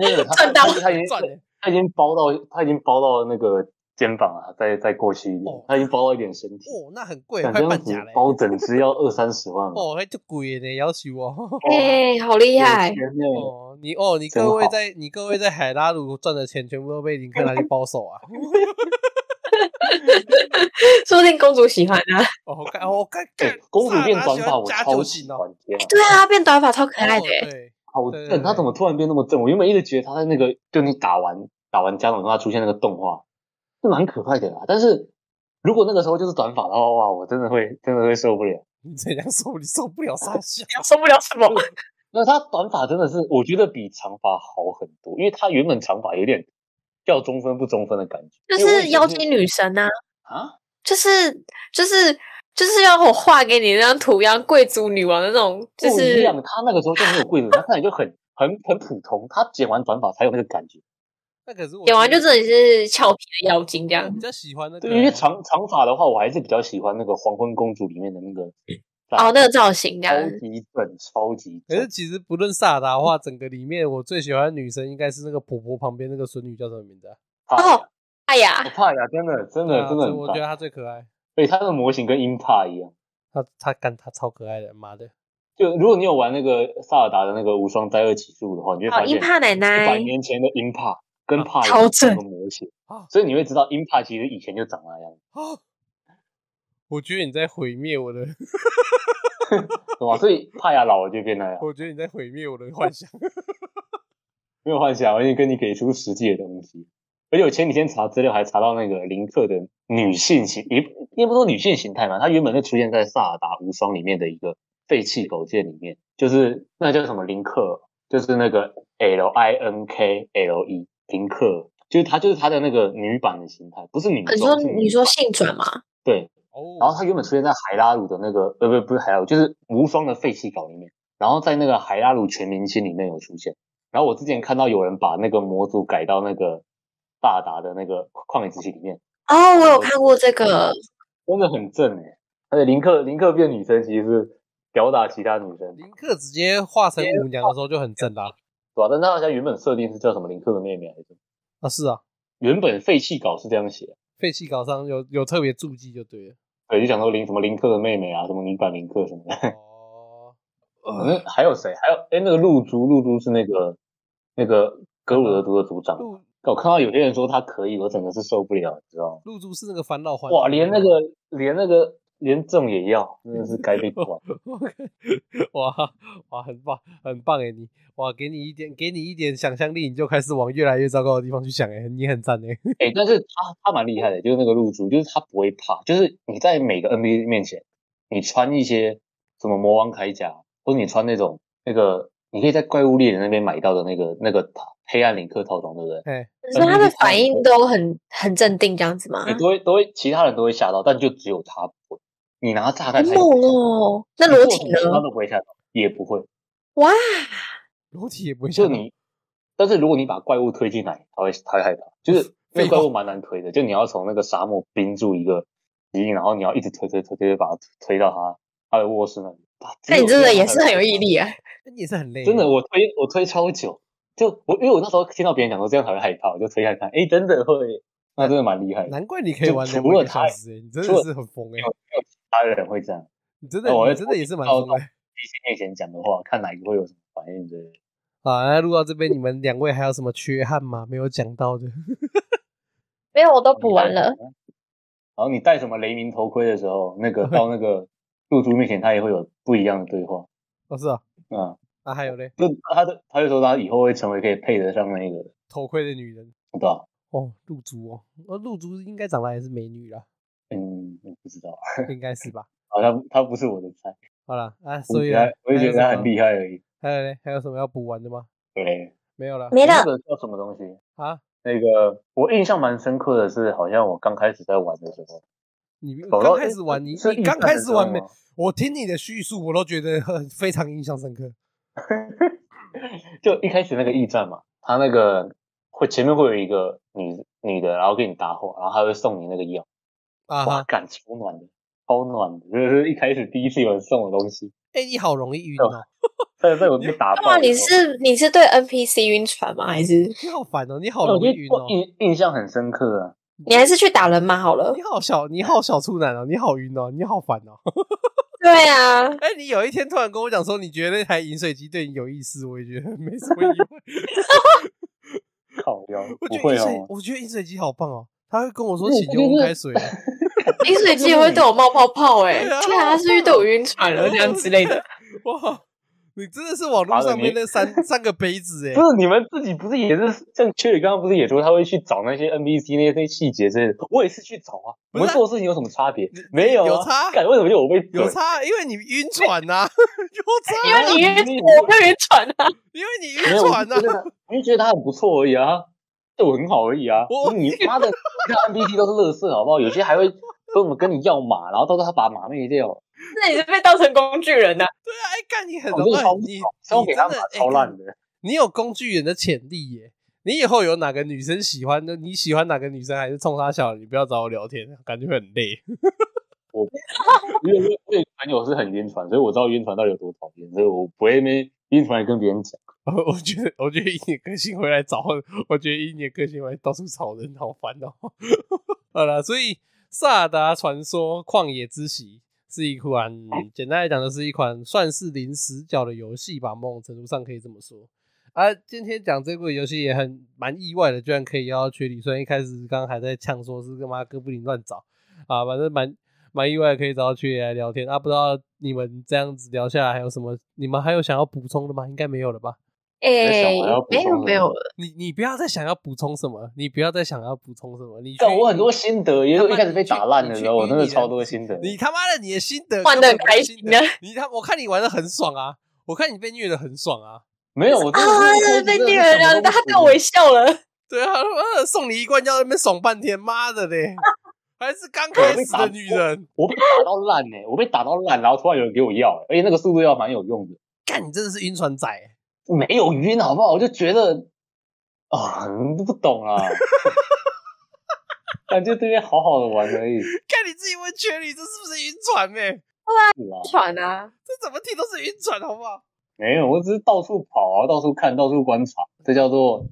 A: 那 个他
D: 赚到
A: 他他已经
B: 赚耶
A: 他已经包到，他已经包到那个肩膀了，再再过去一点，
B: 哦
A: 他已经包到一点身体，
B: 哦，那很贵，
A: 感
B: 快
A: 觉
B: 半
A: 子
B: 价嘞，
A: 包整只要二三十万了。
B: 哦，那就贵呢，要求我。
D: 哎、好厉
A: 有
D: 害！
A: 钱呢
B: 哦，你哦，你
A: 真
B: 各位
A: 好
B: 在你各位在海拉鲁赚的钱，全部都被林克拿去包 手啊！
D: 说不定公主喜欢啊。
B: 哦，干哦，干
A: 哎
B: 干，
A: 公主变短发，我
B: 加九
A: 超
B: 型
A: 喜
B: 哦，
A: 欢，天啊！
D: 对啊，变短发超可爱
B: 哦
D: 的耶、
B: 对，
A: 好
B: 对对
A: 正，
B: 对
A: 他怎么突然变那么正？我原本一直觉得他在那个，就你打完打完加农之后，他出现那个动画是蛮可爱的啦。但是如果那个时候就是短发的话，哇，我真的会真的会受不了。
B: 你怎样受你受不了 傻笑？
D: 受不了什么？
A: 那他短发真的是，我觉得比长发好很多，因为他原本长发有点要中分不中分的感
D: 就
A: 觉。哎因为我
D: 是
A: 以前
D: 妖精女神啊，
A: 啊，
D: 就是就是就是要我画给你那张图一样，贵族女王的那种，就
A: 不
D: 是
A: 一样，他那个时候就没有贵族，他看起来就很很很普通。他剪完短发才有那个感觉，
B: 那可是我
D: 演完就
B: 觉得
D: 真的是俏皮的妖精这样
B: 我。
A: 嗯
B: 比较喜欢那个
A: 对，因为长长发的话，我还是比较喜欢那个黄昏公主里面的那个
D: 哦，那个造型这样
A: 超级正，超级
B: 可是
A: 正。
B: 其实不论萨达话，整个里面我最喜欢的女生应该是那个婆婆旁边那个孙女叫什么名字啊？
A: 帕雅
D: 哦，哎呀，
A: 帕雅真的真的
B: 啊
A: 真的
B: 这
A: 很
B: 我觉得
A: 棒，
B: 她最可爱，
A: 对，他的模型跟鹰帕一样。
B: 她她干她超可爱的，妈的！
A: 就如果你有玩那个萨尔达的那个无双灾厄起诉的话，你就会
D: 哦，
A: 发
D: 樱
A: 现
D: 帕奶
A: 一
D: 奶
A: 百，年前的鹰帕跟
B: 啊
A: 帕
D: 超
A: 有
D: 正
A: 个模型
B: 啊，
A: 所以你会知道鹰帕其实以前就长那样。
B: 哦，我觉得你在毁灭我的，
A: 对吧？所以帕雅老了就变那样，
B: 我觉得你在毁灭我的幻想。
A: 没有幻想，而且跟你给出实际的东西。而且我前几天查资料还查到那个林克的女性形，也也不说女性形态嘛，她原本是出现在《萨尔达无双》里面的一个废弃狗剑里面，就是那叫什么林克，就是那个 L I N K L E 林克，就是她就是她的那个女版的形态，不是女
D: 你
A: 装。
D: 说
A: 是女
D: 你说
A: 版
D: 性转嘛？
A: 对，
B: 哦，
A: 然后他原本出现在海拉鲁的那个，呃，不，不是海拉鲁，就是无双的废弃稿里面，然后在那个海拉鲁全明星里面有出现。然后我之前看到有人把那个模组改到那个大达的那个旷野之息里面，
D: 哦，我有看过这个，
A: 真的很正哎、而且林克林克变女生其实是吊打其他女生，
B: 林克直接化成舞娘的时候就很正啦、啊。
A: 对吧、但他好像原本设定是叫什么林克的妹妹还是什么？
B: 是啊，
A: 原本废弃稿是这样写，
B: 废弃稿上有有特别注记 就对了。
A: 对，就想说林什么林克的妹妹啊，什么女版林克什么的。
B: 哦，
A: 嗯，还有谁？还有哎，那个露珠，露珠是那个那个格鲁德族的族长。
B: 露
A: 我看到有些人说他可以，我整个是受不了，你知道吗？
B: 露珠是那个返老还童
A: 哇，连那个连那个连这种也要，真的是该被管。
B: 哇哇，很棒，很棒哎！你哇，给你一点，给你一点想象力，你就开始往越来越糟糕的地方去想哎，你很赞哎。
A: 哎、但是他他蛮厉害的，就是那个露珠，就是他不会怕，就是你在每个 NBA 面前，你穿一些什么魔王铠甲，或者你穿那种那个，你可以在怪物猎人那边买到的那个那个黑暗领克套装，对
D: 啊
A: 不对？
B: 哎，
D: 可是他的反应都很很镇定这样子吗？
A: 你哎都会都会，其他人都会吓到，但就只有他不会。你拿炸弹
D: 好
A: 他也不
D: 猛
A: 会吓到，
D: 哦！那
A: 你
D: 裸
A: 做
D: 体
A: 什么他
D: 呢？
A: 都不会吓到，也不会。
D: 哇，
B: 裸体也不会
A: 就
D: 嗯
B: 像你
A: 你，但是如果你把怪物推进来，他会他会害怕， 就是因为怪物蛮难推的，就你要从那个沙漠冰住一个极印，然后你要一直推推推推，把它推到他他的卧室那里。哇
D: 那你真的也是很有毅，
A: 只
D: 力啊！
B: 你也是很累，欸
A: 有这样才会害怕真的，我推我推超久，就我因为我那时候听到别人讲说这样才会害怕，我就推看看，哎，真的会，那真的蛮厉害的。
B: 难怪你可以玩
A: 就
B: 两
A: 除了
B: 个小
A: 他
B: 时哎，你真
A: 除
B: 的
A: 了
B: 是很疯 哎
A: 没，有没有其他人会这样，
B: 你真的
A: 那我会
B: 你真的也是蛮
A: 到
B: 疯的。
A: 机器面前讲的话，看哪一个会有什么反应之类的。
B: 好，那录到这边，你们两位还有什么缺憾吗？没有讲到的？
D: 没有，我
A: 哦
D: 都补完了。
A: 然哦后你戴什么雷鸣头盔的时候，那 个到那个露珠面前，他也会有不一样的对话。
B: 哦，是啊，
A: 嗯，
B: 那还有嘞，
A: 就他的他就说他以后会成为可以配得上那个的，
B: 头盔的女人
A: 对吧？
B: 哦，露珠哦，呃，露珠应该长得还是美 女啦，
A: 嗯，我不知道，
B: 应该是吧？
A: 好像他不是我的菜，
B: 好了啊，
A: 我
B: 所以
A: 觉
B: 呢
A: 得我就觉得他很厉
B: 害。
A: 害而已。
B: 还有嘞，还有什么要补完的吗？
A: 对，
B: 没有了
D: 没
A: 那
D: 了，
A: 个叫什么东西？
B: 啊？
A: 那个我印象蛮深刻的是，好像我刚开始在玩的时候，
B: 你
A: 搞
B: 刚
A: 到
B: 开始玩，你
A: 是
B: 你
A: 预
B: 刚
A: 判
B: 开
A: 的
B: 始
A: 时
B: 玩
A: 候
B: 没
A: 吗？
B: 我听你的叙述，我都觉得很非常印象深刻。
A: 就一开始那个驿站嘛，他那个会前面会有一个女女的，然后给你搭话，然后他会送你那个药。
B: 啊
A: 哇，
B: 哈！
A: 感超暖的，超暖的，就是一开始第一次有人送我东西，
B: 哎，你好容易晕哦，
A: 在在我被打爆
D: 哇！你
A: 的时候。
D: 是你是对 NPC 晕船吗？还是
B: 你好烦哦，你好
A: 对哎我
B: 容
A: 觉
B: 易
A: 得
B: 晕
A: 我
B: 哦，
A: 印印象很深刻啊，
D: 你还是去打人嘛好了
B: 你？好小，你好小处男哦，你好晕哦，你好烦哦。
D: 对啊，
B: 哎，你有一天突然跟我讲说，你觉得那台饮水机对你有意思，我也觉得没什么意外。
A: 靠腰，
B: 我
A: 不
B: 觉得
A: 会
B: 饮水
A: 哦，，
B: 我觉得饮水机好棒哦，他会跟我说
A: 嗯
B: 请
A: 就
B: 求温
A: 是
B: 开水哦，
D: 饮水机也会对我冒泡泡哎、
B: 对啊
D: 对啊，他是不是对我晕船了这样 之类的？
B: 哇，你真的是网络
A: 妈的
B: 上面
A: 你
B: 那三三个杯 子哎
A: 不，是你们自己不是也是像缺里刚刚不是也说他会去找那些 NPC 那些细节之类的，我也是去找啊，
B: 不
A: 我
B: 是
A: 们
B: 啊
A: 做的事情有什么差别
B: 你？
A: 没有啊
B: 有差
A: 干为什么就我被
B: 有
A: 怼？
B: 差，啊因为你晕船呐、 有差，
D: 因为你
A: 啊
D: 晕，
A: 你
D: 我没有晕船啊，
B: 因为你晕
A: 没 有，我
B: 船
A: 就觉
B: 呐、
A: 得他我就觉得他很不错而已啊，对我很好而已啊
B: 我。
A: 你 妈的，那 NPC 都是乐色好不好？有些还会跟我们跟你要马，然后到时候他把马卖掉，
D: 那你是被当成工具人呐、啊？
B: 对啊，哎、干你很
A: 我
B: 容
A: 真
B: 易
A: 的超，不爽，所以我
B: 你你
A: 给
B: 真
A: 他
B: 的
A: 马
B: 哎
A: 超
B: 干
A: 烂的。
B: 你有工具人的潜力耶。你以后有哪个女生喜欢的，你喜欢哪个女生还是冲她笑，你不要找我聊天，感觉很累。
A: 因为我有朋友是很晕船，所以我知道晕船到底有多讨厌，所以我不会没晕船跟别人讲。
B: 我我觉得，我觉得以你的个性回来找，我觉得以你的个性回来到处吵人，好烦哦。 好了，所以《萨达传说：旷野之息》是一款，简单来讲，就是一款算是零死角的游戏吧，某种程度上可以这么说。啊，今天讲这部游戏也很蛮意外的，居然可以邀到缺里，虽然一开始刚刚还在呛说是干嘛哥布林乱找啊，反正蛮蛮意外可以找到去来聊天啊。不知道你们这样子聊下来还有什么？你们还有想要补充的吗？应该没有了吧？
A: 在
D: 哎、
A: 想我要补
D: 没
A: 充什
D: 有
A: 么
D: 没有，
B: 你你不要再想要补充什么，你不要再想要补充什么。你去
A: 但我很多心得，也
B: 他
A: 是
B: 妈
A: 一开始被
B: 你去
A: 打烂的
B: 你去
A: 时候，我
B: 淤
A: 真的
B: 泥
A: 超
B: 人
A: 多心得。
B: 你他妈的你的心得
D: 换得
B: 根本不是
D: 开
B: 心
D: 心
B: 得
D: 啊
B: 你他我看你玩的很爽啊，我看你被虐的很爽啊。
A: 没有，我真的
D: 啊
A: 是
D: 被
A: 我，真的是
D: 虐
A: 什
D: 了，
A: 么
D: 让
A: 都
D: 大
A: 不
D: 家
A: 服
D: 都微笑了。
B: 对啊，呃送你一罐药，在那边爽半天，妈的嘞！还是刚开始的女人，
A: 我被打到烂呢、我被打到烂，然后突然有人给我药、而且那个速度药蛮有用的，
B: 干你真的是晕船仔、欸
A: 没有晕好不好？我就觉得啊，你不懂啊， 感觉这边好好的玩而已，是
B: 看你自己问圈里，这是不是晕船呢、
A: 啊，
D: 船啊，
B: 这怎么听都是晕船，好不好？
A: 没有，我只是到处跑啊，到处看，到处观察，这叫做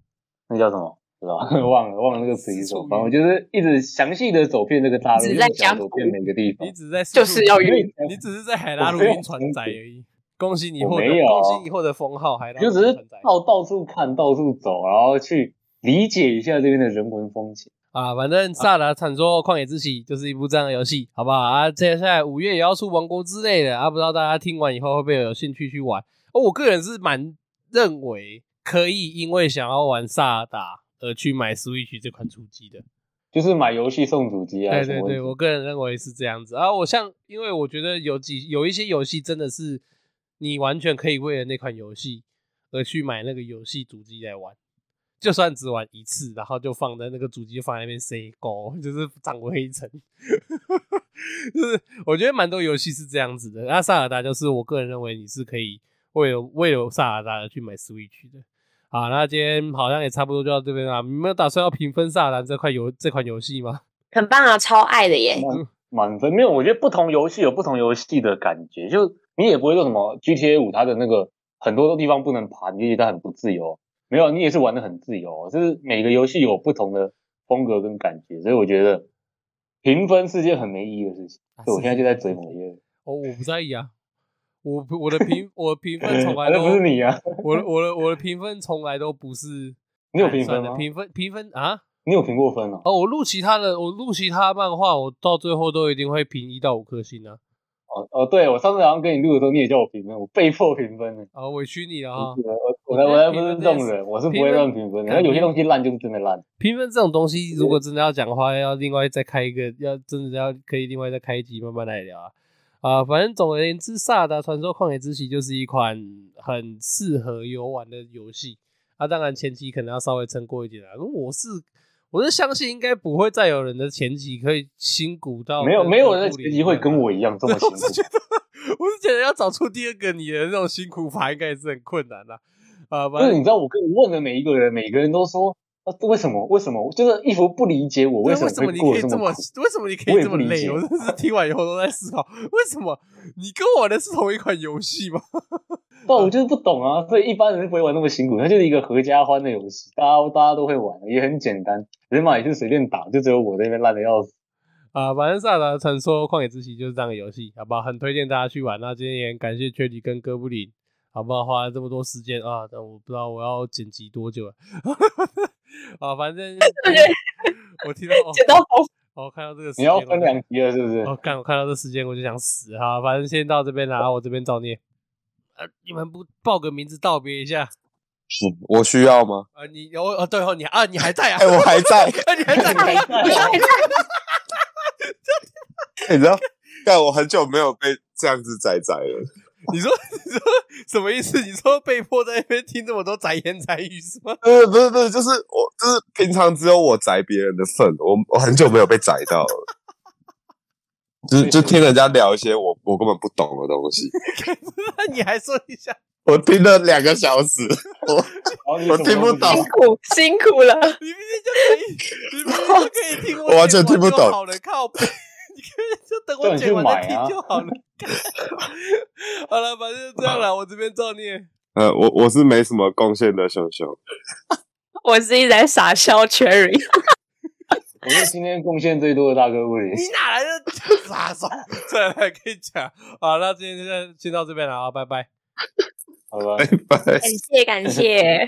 A: 那叫什么？不知道 忘了忘了那个词语是什么，反正我就是一直详细的走遍这个大陆，
D: 一
A: 一
D: 直在
A: 直想
D: 讲
A: 走遍每个地方
B: 你。只是在四处
D: 就是要晕，
B: 你只是在海拉鲁晕船仔而已。恭喜你获
A: 我
B: 得，
A: 没有啊
B: 恭喜你获得封号海拉鲁
A: 就只
B: 晕
A: 是
B: 船仔
A: 到到处看，到处走，然后去理解一下这边的人文风情。
B: 啊！反正《萨达传说：旷野之息》就是一部这样的游戏，好不好啊？接下来五月也要出《王国》之类的啊，不知道大家听完以后会不会有兴趣去玩？哦，我个人是蛮认为可以因为想要玩萨达而去买 Switch 这款主机的。
A: 就是买游戏送主机啊，
B: 对
A: 什
B: 对
A: 么
B: 对，我个人认为是这样子啊。我像，因为我觉得有几有一些游戏真的是你完全可以为了那款游戏而去买那个游戏主机来玩，就算只玩一次，然后就放在那个主机放在那边塞狗，就是长灰尘。 就是我觉得蛮多游戏是这样子的。那萨尔达就是我个人认为你是可以为了为了萨尔达而去买 Switch 的。好，那今天好像也差不多就到这边了。你们有打算要评分萨尔达这块游这款游戏吗？
D: 很棒啊，超爱的耶！
A: 满满分没有？我觉得不同游戏有不同游戏的感觉，就你也不会说什么 GTA 五它的那个很多地方不能爬，你就觉得它很不自由。没有，你也是玩的很自由，就是每个游戏有不同的风格跟感觉，所以我觉得评分是件很没意义的事情。
B: 啊
A: 所以我
B: 是
A: 现在就在嘴
B: 是
A: 某
B: 是
A: 些，
B: 哦，我不在意啊，我不我的评我的评分从来
A: 反
B: 都
A: 正不是你啊，
B: 我的我的我的评分从来都不是
A: 你有
B: 盘
A: 评
B: 哎算
A: 分
B: 的
A: 吗？
B: 评分评分啊
A: 你有评过分哦？
B: 哦，我录其他的我录其他漫画，我到最后都一定会评一到五颗星啊，
A: 哦哦，对，我上次好像跟你录的时候，你也叫我评分，我被迫评分的。
B: 啊委屈你了
A: 我
B: 啊！
A: 我
B: 我
A: 才
B: 觉得
A: 我才不
B: 评
A: 是这
B: 分这件
A: 种
B: 事
A: 人，我是不
B: 评
A: 会
B: 分
A: 乱评分的。
B: 看
A: 那有些
B: 评
A: 东西烂就是真的烂，
B: 评分这种东西，如果真的要讲的话，要另外再开一个，要真的要可以另外再开一集慢慢来聊啊。啊、反正总而言之，《萨尔达传说：旷野之息》就是一款很适合游玩的游戏。啊，当然前期可能要稍微撑过一点啊。我是我是相信应该不会再有人的前期可以辛苦到
A: 没有
B: 跟
A: 没有
B: 跟
A: 人的
B: 布
A: 学
B: 林
A: 习
B: 一
A: 会
B: 样
A: 跟
B: 啊
A: 我一样这么辛
B: 我是
A: 苦
B: 觉。得，我是觉得要找出第二个你的那种辛苦法，应该也是很困难啦、啊。
A: 就
B: 反
A: 是
B: 正
A: 你知道，我跟我问的每一个人，每个人都说，啊、为什么为什么，就是一副不理解我
B: 对
A: 什
B: 为
A: 么
B: 什么
A: 会
B: 你
A: 过
B: 可以
A: 得
B: 这
A: 么
B: 么
A: 苦。？
B: 为什么你可
A: 我
B: 以
A: 也
B: 这
A: 不
B: 么
A: 理
B: 累？
A: 解
B: 我真是听完以后都在思考，为什么你跟我的是同一款游戏吗？
A: 对，
B: 嗯
A: 我就是不懂啊，所以一般人是不会玩那么辛苦，它就是一个合家欢的游戏，大家大家都会玩，也很简单，人马也是随便打，就只有我这边烂的要死。
B: 啊，反正《萨达传说：旷野之息》就是这样的游戏，好不好？很推荐大家去玩。那今天也很感谢缺迪跟哥布林，好不好？花了这么多时间啊，但我不知道我要剪辑多久了。 啊，反 正我听到
D: 剪刀头，
B: 哦，哦，看到这个时
A: 你
B: 间
A: 要
B: 我就，
A: 分两集了是不是？
B: 哦，看我看到这时间我就想死哈，反正先到这边啦，啊我这边造孽。呃，你们不报个名字道别一下？
E: 是我需要 吗？
B: 啊，你有哦，对哦，你啊，你还在啊？
E: 哎、我还在，
B: 啊，你还 在？
E: 你知道，但我很久没有被这样子宰宰了。
B: 你说 你说什么意思？你说被迫在那边听这么多宅言宅语是吗？
E: 呃，不是不是，就是我就是平常只有我宰别人的份，我我很久没有被宰到了。就是就听人家聊一些我我根本不懂的东西，
B: 那你还说一下？
E: 我听了两个小时，
A: 然后你
E: 我
A: 什么
E: 听
A: 都
E: 不懂
D: 辛苦辛苦了，
B: 你明明就可以，你明明就可以听我
E: 我完全听不
B: 剪
E: 懂
B: 完就好了，靠背， 你啊可以就等我剪完再听就好了。 好了，反正就这样了，我这边造孽。
E: 呃，我我是没什么贡献的熊 熊，
D: 我是一直在傻笑 Cherry。
A: 我是今天贡献最多的大哥物理。
B: 你哪来的 傻傻？再来跟你讲。好，那今天就先先到这 边了啊，拜拜。
A: 好吧。
E: 拜拜。
D: 感谢感谢。